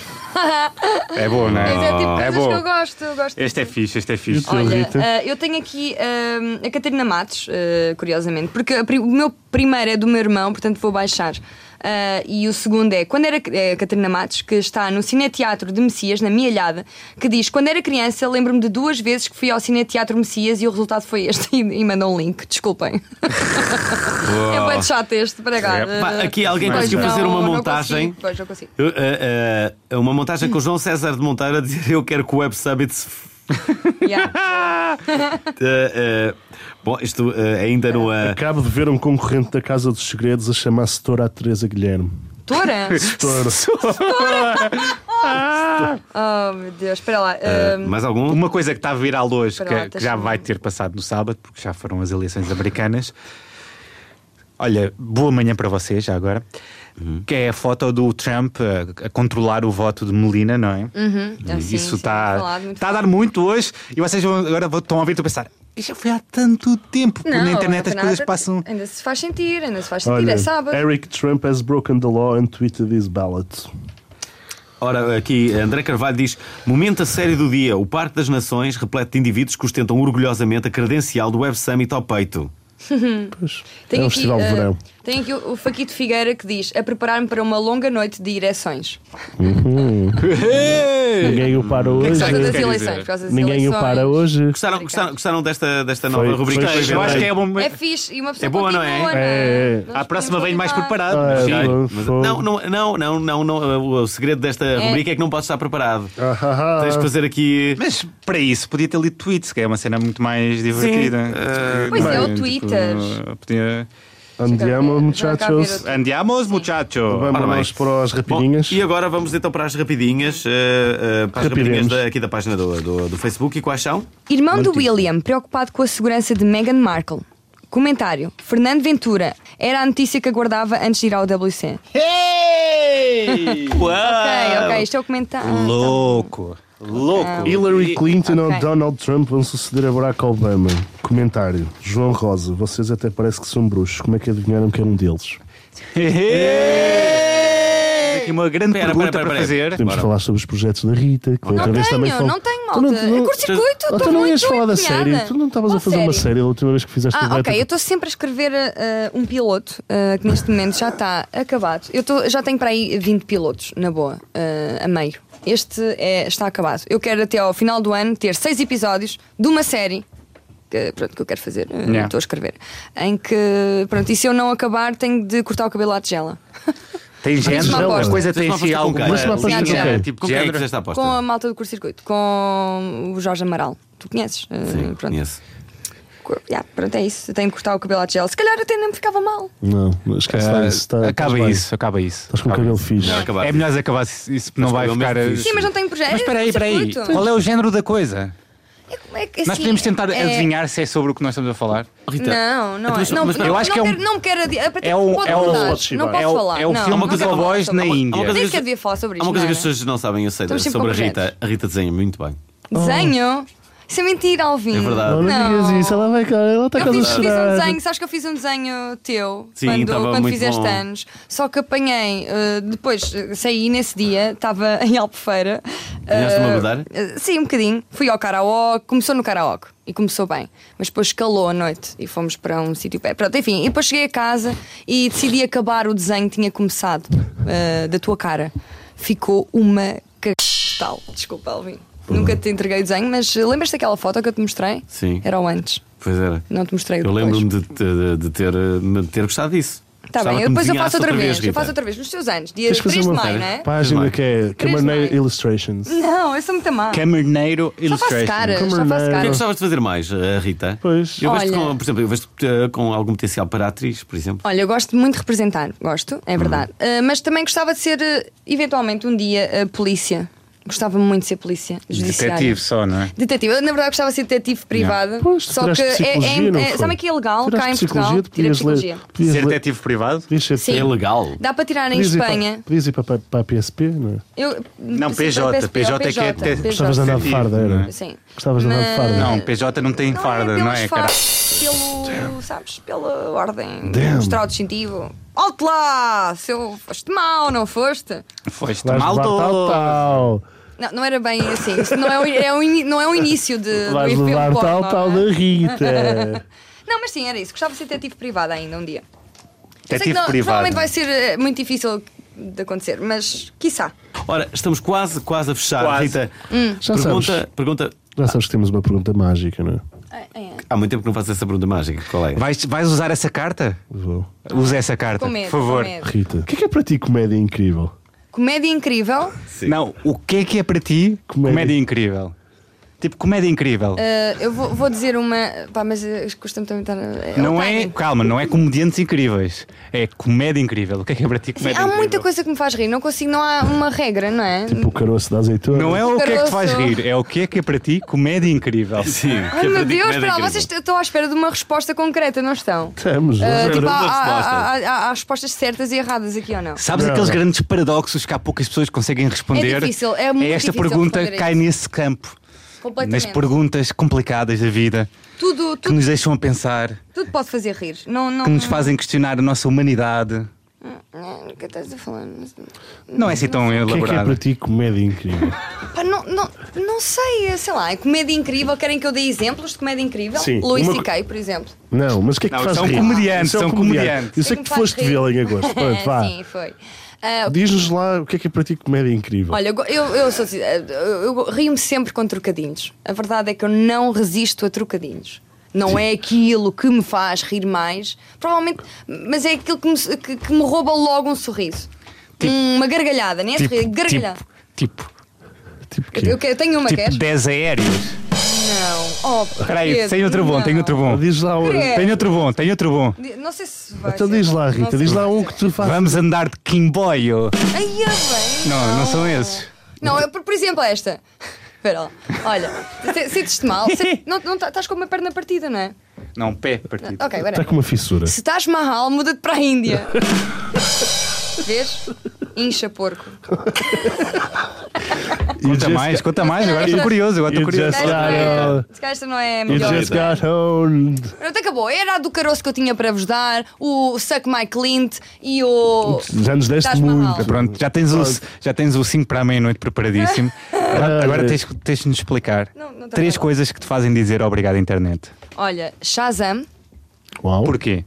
É bom, não
Mas
é?
é
Ah.
tipo
é
coisas que eu
bom.
gosto. eu gosto
Este é
disso.
fixe, este é
E o
fixe.
teu,
Olha,
Rita?
ah, eu tenho aqui ah, a Catarina Matos, ah, curiosamente, porque a pri- o meu primeiro é do meu irmão, portanto vou baixar. Ah, e o segundo é quando era é a Catarina Matos, que está no Cineteatro de Messias, na Mialhada, que diz: Quando era criança, lembro-me de duas vezes que fui ao Cineteatro Messias e o resultado foi este. E, e mandou um link, desculpem. é bem chato este, para cá.
É,
pá, aqui alguém
Pois
conseguiu
não,
fazer uma
não
montagem.
consigo, pois, não consigo.
Eu, ah, ah, uma montagem com o João César de Monteiro a dizer eu quero que o Web Summit se. f-
Yeah.
Ah, ah, bom, isto ah, ainda não é.
Acabo de ver um concorrente da Casa dos Segredos a chamar-se Tora a Teresa Guilherme.
Doutora?
Tora. Ah.
Oh meu Deus, espera lá.
Ah,
ah,
mais algum?
Uma coisa que está viral hoje,
Espera
que,
lá,
que já
deixa-me-
vai ter passado no sábado, porque já foram as eleições americanas. Olha, boa manhã para vocês, já agora. Que é a foto do Trump a, a controlar o voto de Melina, não é?
Uhum, ah, sim,
tá
Isso
sim,
está
tá
falado, muito
está a dar muito hoje e vocês vão- agora vão- estão a ouvir e estão a pensar:
Já foi há tanto tempo. porque na internet as
tem
coisas
nada-
passam.
Ainda se faz sentir, ainda se faz sentir,
Olha,
é sábado.
Eric Trump has broken the law and tweeted his ballot.
Ora, aqui André Carvalho diz: Momento a série do dia. O Parque das Nações repleto de indivíduos que ostentam orgulhosamente a credencial do Web Summit ao peito.
é um festival de
eh,
verão.
Tem aqui o o Faquito Figueira que diz: a preparar-me para uma longa noite de ereções.
Ninguém o para
Por
hoje.
causa das
quer
eleições.
dizer?
Por causa das
é. Ninguém o
eleições.
para hoje.
Gostaram, gostaram, gostaram desta, desta
Foi-
nova rubrica?
foi
que eu
excelente.
Eu acho que
inventei?
é bom.
É fixe e uma pessoa
É boa, não é?
continua,
É, é.
Nós
À próxima
podemos
venho mais
continuar.
preparado.
Ah,
Sim,
Fogo,
mas-
fogo.
não, não, não, não, não, não, O segredo desta rubrica é que não podes estar preparado.
Ah,
Tens de fazer aqui.
Mas para isso podia ter lido tweets, que é uma cena muito mais divertida.
eh,
Pois é, o
Tipo,
Twitters.
podia...
Andiamo, muchachos. É
Andiamos, muchacho!
Vamos
Ora bem.
nós para as
Bom,
rapidinhas.
e agora vamos então para as rapidinhas, eh, eh, para as
Rapidemos.
rapidinhas da- aqui da página do, do, do Facebook. E quais são?
Irmão do William, preocupado com a segurança de Meghan Markle. Comentário: Fernando Ventura era a notícia que aguardava antes de ir ao WC.
Ah,
Ok, ok, isto é o comentário. Ah,
Louco! Louco!
Hillary Clinton
Ok.
ou Donald Trump vão suceder a Barack Obama. Comentário. João Rosa, vocês até parece que são bruxos. Como é que adivinharam que é um deles?
Tenho Aqui uma grande
Pera,
pergunta
pera, pera,
para fazer.
Temos de falar sobre os projetos da Rita, que da outra
Não
vez também
tenho,
falou.
não tenho
Tu
malta. É curto-circuito,
Ah,
estou
tu não
muito
ias falar da
empenhada.
série. Tu não estavas
Qual
a fazer uma
série?
série da última vez que fizeste o
Ah,
beta.
ok, eu estou sempre a escrever ah, um piloto ah, que neste momento já está acabado. Eu tô- já tenho para aí 20 pilotos, na boa, ah, a meio. Este é- está acabado. Eu quero até ao final do ano ter seis episódios de uma série. Que, pronto, que eu quero fazer, ah, estou
Yeah.
a escrever. Em que, pronto, e se eu não acabar, tenho de cortar o cabelo à tigela.
Tem gente,
uma aposta.
mas depois
Tens
até
uma
assim
aposta com
alguma
quem? Mas
uma aposta
linha,
com
quem?
tipo
Com quem é que
género.
fizeste a aposta?
Com a malta do curto-circuito, com o Jorge Amaral. Tu conheces? ah,
Sim,
pronto.
conheço.
Co- yeah, pronto, é isso. Tenho de cortar o cabelo à tigela. Se calhar até nem me ficava mal.
Não, esquece lá
Ah,
isso. tá- estás
acaba
bem.
isso, acaba isso.
Estás com o
Acaba
cabelo
isso.
fixe.
Não, acabado.
É melhor acabar se isso não
Mas
vai
com o meu
ficar.
fiz.
Sim, mas não tenho projeto.
Mas espera aí, espera aí.
curto-circuito.
Qual é o género da coisa?
É que,
Nós
assim,
podemos tentar
é-
adivinhar se é sobre o que nós estamos a falar.
Rita,
Não, não é.
Então, Mas-
Não,
mas
não,
eu acho
não
que é um-
quero- não quero adi-
é um-
pode
é um-
mudar. Não
é
posso
o-
falar.
é o
não,
filme
não
dos
quero
avós
falar
na
sobre-
Índia.
Há uma coisa
Nem
que-
sequer devia falar sobre
há
isto.
uma coisa que
não
as
é?
pessoas não sabem, eu sei,
Estamos sempre
sobre a
com
Rita. A Rita desenha muito bem.
é?
Hum.
Desenho? Isso é mentira, Alvin.
É verdade.
Não, não digas isso. Ela vai cá. Ela está
Eu
quase a
fiz, fiz
chorar.
um desenho, sabes que eu fiz um desenho teu
Sim,
quando,
tava
quando
muito
fizeste
bom.
anos. Só que apanhei, eh, depois eh, saí nesse dia, estava em Albufeira.
Ganhaste uma
eh,
medalha?
eh, sim, um bocadinho. Fui ao karaoke, começou no karaoke e começou bem. Mas depois calou a noite e fomos para um sítio pé. Pronto, enfim, e depois cheguei a casa e decidi acabar o desenho que tinha começado eh, da tua cara. Ficou uma cacetal. Desculpa, Alvin. Nunca te entreguei o desenho, mas eh, lembras daquela foto que eu te mostrei?
Sim.
Era o antes.
Pois era.
Não te mostrei o
Eu
depois.
lembro-me de, de- de ter, de ter gostado disso.
Tá
Gostava
bem,
que
eu
me
depois eu faço
desenhasse
outra, vez.
Rita.
Eu faço outra vez, nos teus anos, dia
Tens que
3
fazer
de
uma
maio, não é?
página que é Camarneiro Illustrations.
Não, eu sou muito má.
Camerneiro
Só faço
Illustration.
caras, só
O
Camarneiro.
faço
que é que
caras.
gostavas de fazer mais, eh, Rita?
Pois.
Eu vejo-te
Olha.
com, por exemplo, eu vejo-te eh, com algum potencial para atriz, por exemplo.
Olha, eu gosto muito de representar, gosto,
Hum.
é verdade. Ah, mas também gostava de ser, eh, eventualmente, um dia, eh, polícia. Gostava muito de ser polícia. judiciária.
Detetive só, não é?
Detetive, eu na verdade gostava de ser detetive privado.
Pois, tu
só que
tiraste
é,
psicologia, não
é,
foi?
é, sabe que é ilegal
Tiraste
cá em
psicologia,
Portugal?
tu
Tira
podias ler-
psicologia.
podias
Ser
ler-
detetive privado?
podias ser-
Sim.
É legal.
Dá para tirar em
podias ir para-
Espanha.
Podias ir para, para, para a PSP, não é?
Eu,
Não, PJ,
PSP,
PJ é que é te-
Gostavas de andar de
Detetive,
farda,
não
era?
é?
Sim.
Gostavas de andar de farda?
Não, PJ não tem
É. Não
farda, não é?
pelas
Cara.
faces, Pelo, sabes, pela ordem
Damn.
mostrar o distintivo. Alto lá! Se eu foste mau, não foste?
Foste
Vais
mal
levar tal,
todo.
tal.
Não, não era bem assim. Isso não é, o- é o ini- não é o início de, do
Vais
efeito
levar
porno,
tal,
não é?
tal da Rita.
Não, mas sim, era isso. Gostava de ser detetive privado ainda um dia. Eu sei que
Detetive
não-
privado.
Provavelmente vai ser eh, muito difícil de acontecer, mas quiçá.
Ora, estamos quase, quase a fechar,
Quase.
Rita.
Hum.
Já sabes.
Pergunta, pergunta.
Já sabes que temos uma pergunta mágica, não é?
Há muito tempo que não faço essa pergunta mágica. Qual é?
Vais, vais usar essa carta?
Vou.
Usa essa carta,
Com medo,
por favor.
com medo.
Rita, o que é, que é para ti comédia incrível?
Comédia incrível.
Não, o que é que é para ti
Comédia.
comédia, incrível? Tipo, comédia incrível.
Eh, eu vou, vou dizer uma. Pá, mas eh, custa-me também estar. é o
não é,
timing.
calma, não é comediantes incríveis. É comédia incrível. O que é que é para ti
Sim,
comédia
há
incrível?
muita coisa que me faz rir. Não consigo, não há uma regra, não é?
Tipo o caroço da azeitona?
Não é o que é que te faz
Caroço.
rir, é o que é que é para ti comédia incrível.
Sim.
Ai
que é
Ah, meu
para ti
Deus,
comédia
espera lá,
incrível.
vocês t- estão à espera de uma resposta concreta, não estão?
Estamos, não
Ah,
é?
Espera
tipo, há,
uma
há-
resposta.
há- há- há respostas certas e erradas aqui ou não?
Sabes
Não.
aqueles grandes paradoxos que há poucas pessoas conseguem responder?
É difícil, é muito
esta
difícil
pergunta
responder
cai
isso.
nesse campo.
Completamente.
nas perguntas complicadas da vida
Tudo,
que
tudo,
nos deixam a pensar,
tudo pode fazer rir. Não, não,
que nos fazem questionar a nossa humanidade.
não, o que estás a falar?
Não é assim
Uhum.
tão
O que é que é
elaborado.
para ti comédia incrível?
Pá, não, não, não sei, sei lá. é Comédia incrível, querem que eu dê exemplos de comédia incrível?
Sim,
Louis
uma
C.K., por exemplo.
Não, mas o que é que
Não,
faz
são
rir?
comediantes,
Isso é um
são
comediante.
comediantes.
Eu sei
É
que,
me faz
foste
rir. É,
vê-lo em agosto. Pronto, vá.
Sim, foi. Ah,
Diz-nos lá o que é que é para ti comédia incrível.
Olha, eu go- eu, eu sou assim, eh, eu, eu rio-me sempre com trocadilhos. A verdade é que eu não resisto a trocadilhos. Não é aquilo que me faz rir mais, provavelmente, mas é aquilo que me, que- que me rouba logo um sorriso. uma gargalhada, nem é sorriso, gargalhada.
tipo,
tipo
Eu- eu,
quê?
é que- eu tenho uma,
tipo
queres?
10 aéreos.
Não. Oh,
Espera aí,
Pedro,
tem outro bom,
não.
tem outro bom.
Diz lá, um-
Credo.
Tem outro bom, tem outro bom.
Di- Não sei se vai.
então
ser.
diz lá,
Não
Rita,
sei
diz
se
lá
vai
um
ser.
que tu fazes.
Vamos andar de quimboio.
Ai, é bem.
Não, não são esses.
Não, eu, por, por exemplo, esta. Espera lá. Olha, se- sentes-te mal, se- não, não tá- estás com uma perna partida, não é?
Não, pé partido.
Ok,
Está
peraí.
Tipo, Tá com uma fissura.
Se estás marral, muda-te para a Índia. Vês? Incha porco.
Conta mais, conta mais. Agora estou curioso, agora estou
You
curioso.
just-
Se calhar não é-
Claro.
se calhar esta não é a
You
melhor.
just got owned.
Pronto, acabou. Era a do caroço que eu tinha para vos dar, o Suck My Clint e o.
Já nos deste
Taj Mahal.
muito.
É Pronto, já tens o, já tens o 5 para a meia-noite preparadíssimo. Agora, agora tens, tens de nos explicar
Não, não tá
três
bem.
coisas que te fazem dizer obrigado à internet.
Olha, Shazam.
Uau. O
Porquê?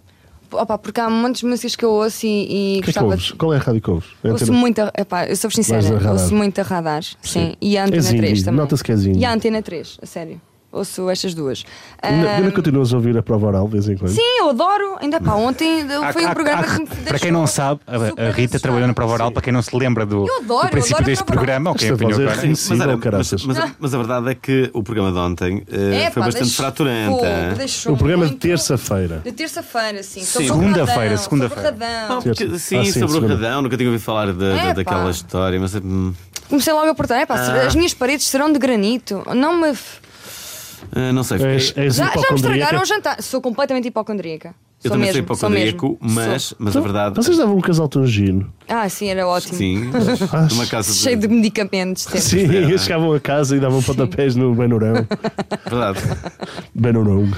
Opa, porque há muitos músicas que eu ouço e, e
que é que
gostava
ouves?
de.
Qual é a rádio que ouves? É a
Ouço
antena-
muito a, epá, eu sou sincera,
Mais a radar.
ouço muito a radar, sim. E a Antena
És indie,
3 também.
nota-se que é és indie.
E a Antena 3, a sério. Ouço estas duas.
Ainda ainda
Ahm,
continuas a ouvir a prova oral de vez em quando?
um, Sim, eu adoro. Ainda pá, ontem
Há-
foi um
há-
programa
há-
que me
Para quem não sabe, a- a,
super
Rita trabalhou na
assustada.
prova oral. Para quem não se lembra do,
Eu adoro,
do princípio
eu adoro a
deste
prova oral.
programa, ou quem
Esta
apanhou
voz é
agora.
ri- Sim, ou
mas,
caraças.
mas
Ah.
a- mas a verdade é que o programa de ontem eh,
É,
foi
pá,
bastante
deixou-
fraturante. eh?
Fogo,
é?
hein?
deixou
O programa é de
muito-
terça-feira.
De terça-feira, sim.
Sim.
Segunda-feira, segunda-feira.
Não, porque-
Terça.
sim,
Ah, sim,
sobre o
segunda.
Radão, nunca tinha ouvido falar da- da-
É,
daquela
pá.
história, mas. hum,
Ah.
Comecei logo a portar, é pá,
Ah.
as minhas paredes serão de granito. Não me. f-
eh, não sei. fiquei-
És, és
Já, já me estragaram
hipocondríaca.
o jantar. Sou completamente hipocondríaca.
eu
sou
também sou
mesmo, sou mesmo.
hipocondríaco, mas, mas a é verdade.
Vocês davam um casal tão giro.
Ah, sim, era ótimo.
Sim, numa casa
Cheio de medicamentos. sempre.
Sim, eles chegavam a casa e davam pontapés no Benurão.
Verdade.
Benurão.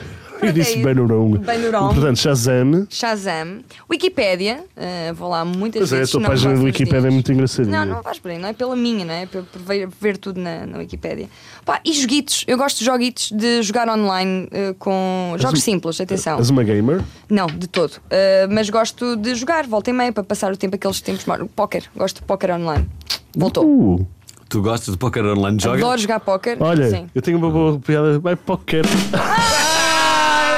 Eu
é
disse
isso.
Benurão.
Benurão.
Portanto, Shazam.
Shazam, Wikipédia, eh, vou lá muitas
Pois é,
vezes.
a tua
não
página
gosto
do
dos
Wikipédia é
dias.
muito engraçadinha.
Não, não vais por aí, não é pela minha, não é? Por, por ver, ver tudo na, na Wikipédia. Pá, e joguitos, eu gosto de joguitos de jogar online eh, com jogos simples, atenção.
És uma gamer.
Não, de todo. Eh, mas gosto de jogar, volta e meia, para passar o tempo, aqueles tempos. mor- Póquer, gosto de póquer online. Voltou.
Uh,
Tu gostas de poker online? Joga?
Adoro jogar póquer.
olha,
Sim.
eu tenho uma boa piada. Vai para o quer.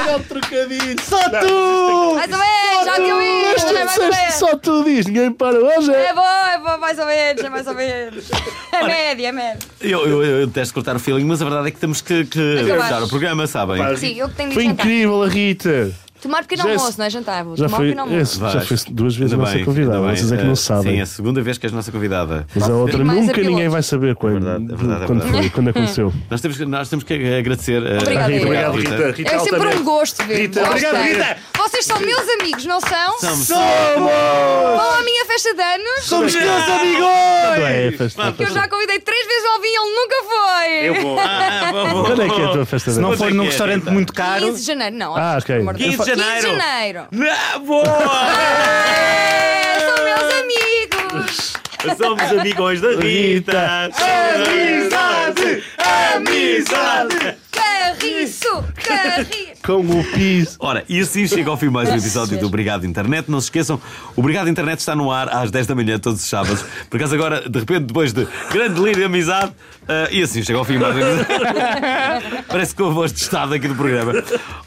Era um trocadilho. Só tu!
Mais ou menos, Ah! já te ouvi!
Mas tu
é mais ou
disseste,
menos.
Só tu diz, ninguém para hoje.
É bom, é bom, mais ou menos, é mais ou menos. É média, é média.
Eu, eu, eu detesto cortar o feeling, mas a verdade é que temos que, que
Acabar.
fechar o programa, sabem?
Sim, eu que tenho de
Foi
jantar.
incrível a Rita.
Tomar pequeno
Já-
almoço, não é jantar? Vou
Já
tomar
foi,
pequeno almoço.
esse- já
Vais.
foi duas vezes
Ainda
nossa
bem,
convidada.
ainda bem.
Vocês é que não
Eh,
sabem.
Sim, é a segunda vez que és nossa convidada.
Mas a outra
mais a
nunca
pilotos.
ninguém vai saber quando,
verdade, é verdade, é
quando
verdade.
foi, quando aconteceu.
Nós temos, que- nós temos que agradecer. eh,
Obrigada, Rita.
obrigado, Rita.
É sempre um gosto ver.
Rita,
Gostei.
obrigado, Rita.
Vocês são meus amigos, não são?
Somos-
Vão à minha festa de anos.
meus amigos! É, festa,
Que eu
festa.
já convidei três vezes ao vinho e ele nunca foi. Eu vou.
Ah, vou- vou-
Quando é que é a tua festa?
Se não
dela?
for
Quanto é
num
que é,
restaurante
Rita?
muito caro,
15 de janeiro, não.
Ah, ok.
por amor
15 de
Deus.
janeiro.
15 de janeiro.
Ah, boa!
É, são meus amigos.
Somos amigões da Rita. Amizade! Amizade!
Carriço, carriço.
Com o piso.
Ora, e assim chega ao fim mais um episódio do Obrigado Internet. Não se esqueçam, o Obrigado Internet está no ar às 10 da manhã, todos os sábados. Por acaso, agora, de repente, depois de grande líder e amizade, ah, e assim chega ao fim mais um episódio. Parece que houve voz de estado aqui do programa.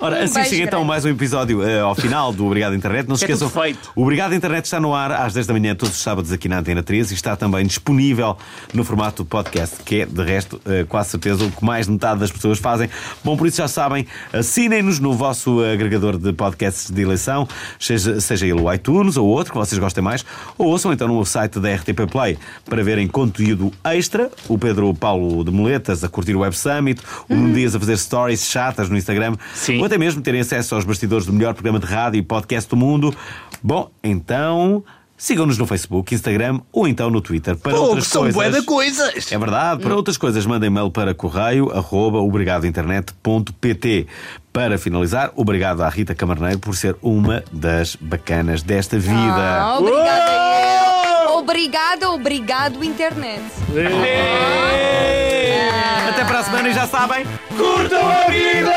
Ora, assim
beijo
chega então
grande.
mais um episódio ah, ao final do Obrigado Internet. Não se
É tudo
esqueçam,
feito.
o Obrigado Internet está no ar às 10 da manhã, todos os sábados aqui na Antena 13 e está também disponível no formato podcast, que é, de resto, eh, quase certeza o que mais de metade das pessoas fazem. Bom, por isso já sabem, assinem-nos no vosso agregador de podcasts de eleição, seja, seja ele o iTunes ou outro que vocês gostem mais, ou ouçam então no site da RTP Play para verem conteúdo extra. O Pedro Paulo de Moletas a curtir o Web Summit, o Nuno Dias a fazer stories chatas no Instagram,
Sim.
ou até mesmo terem acesso aos bastidores do melhor programa de rádio e podcast do mundo. Bom, então Sigam-nos no Facebook, Instagram ou então no Twitter para outras coisas.
coisas!
É verdade. Para outras coisas, mandem mail para correio arroba obrigadointernet.pt. Para finalizar, obrigado à Rita Camarneiro por ser uma das bacanas desta vida.
Ah, obrigada eu. Obrigada, obrigado, internet.
É.
Até para a semana e já sabem, curtam a vida!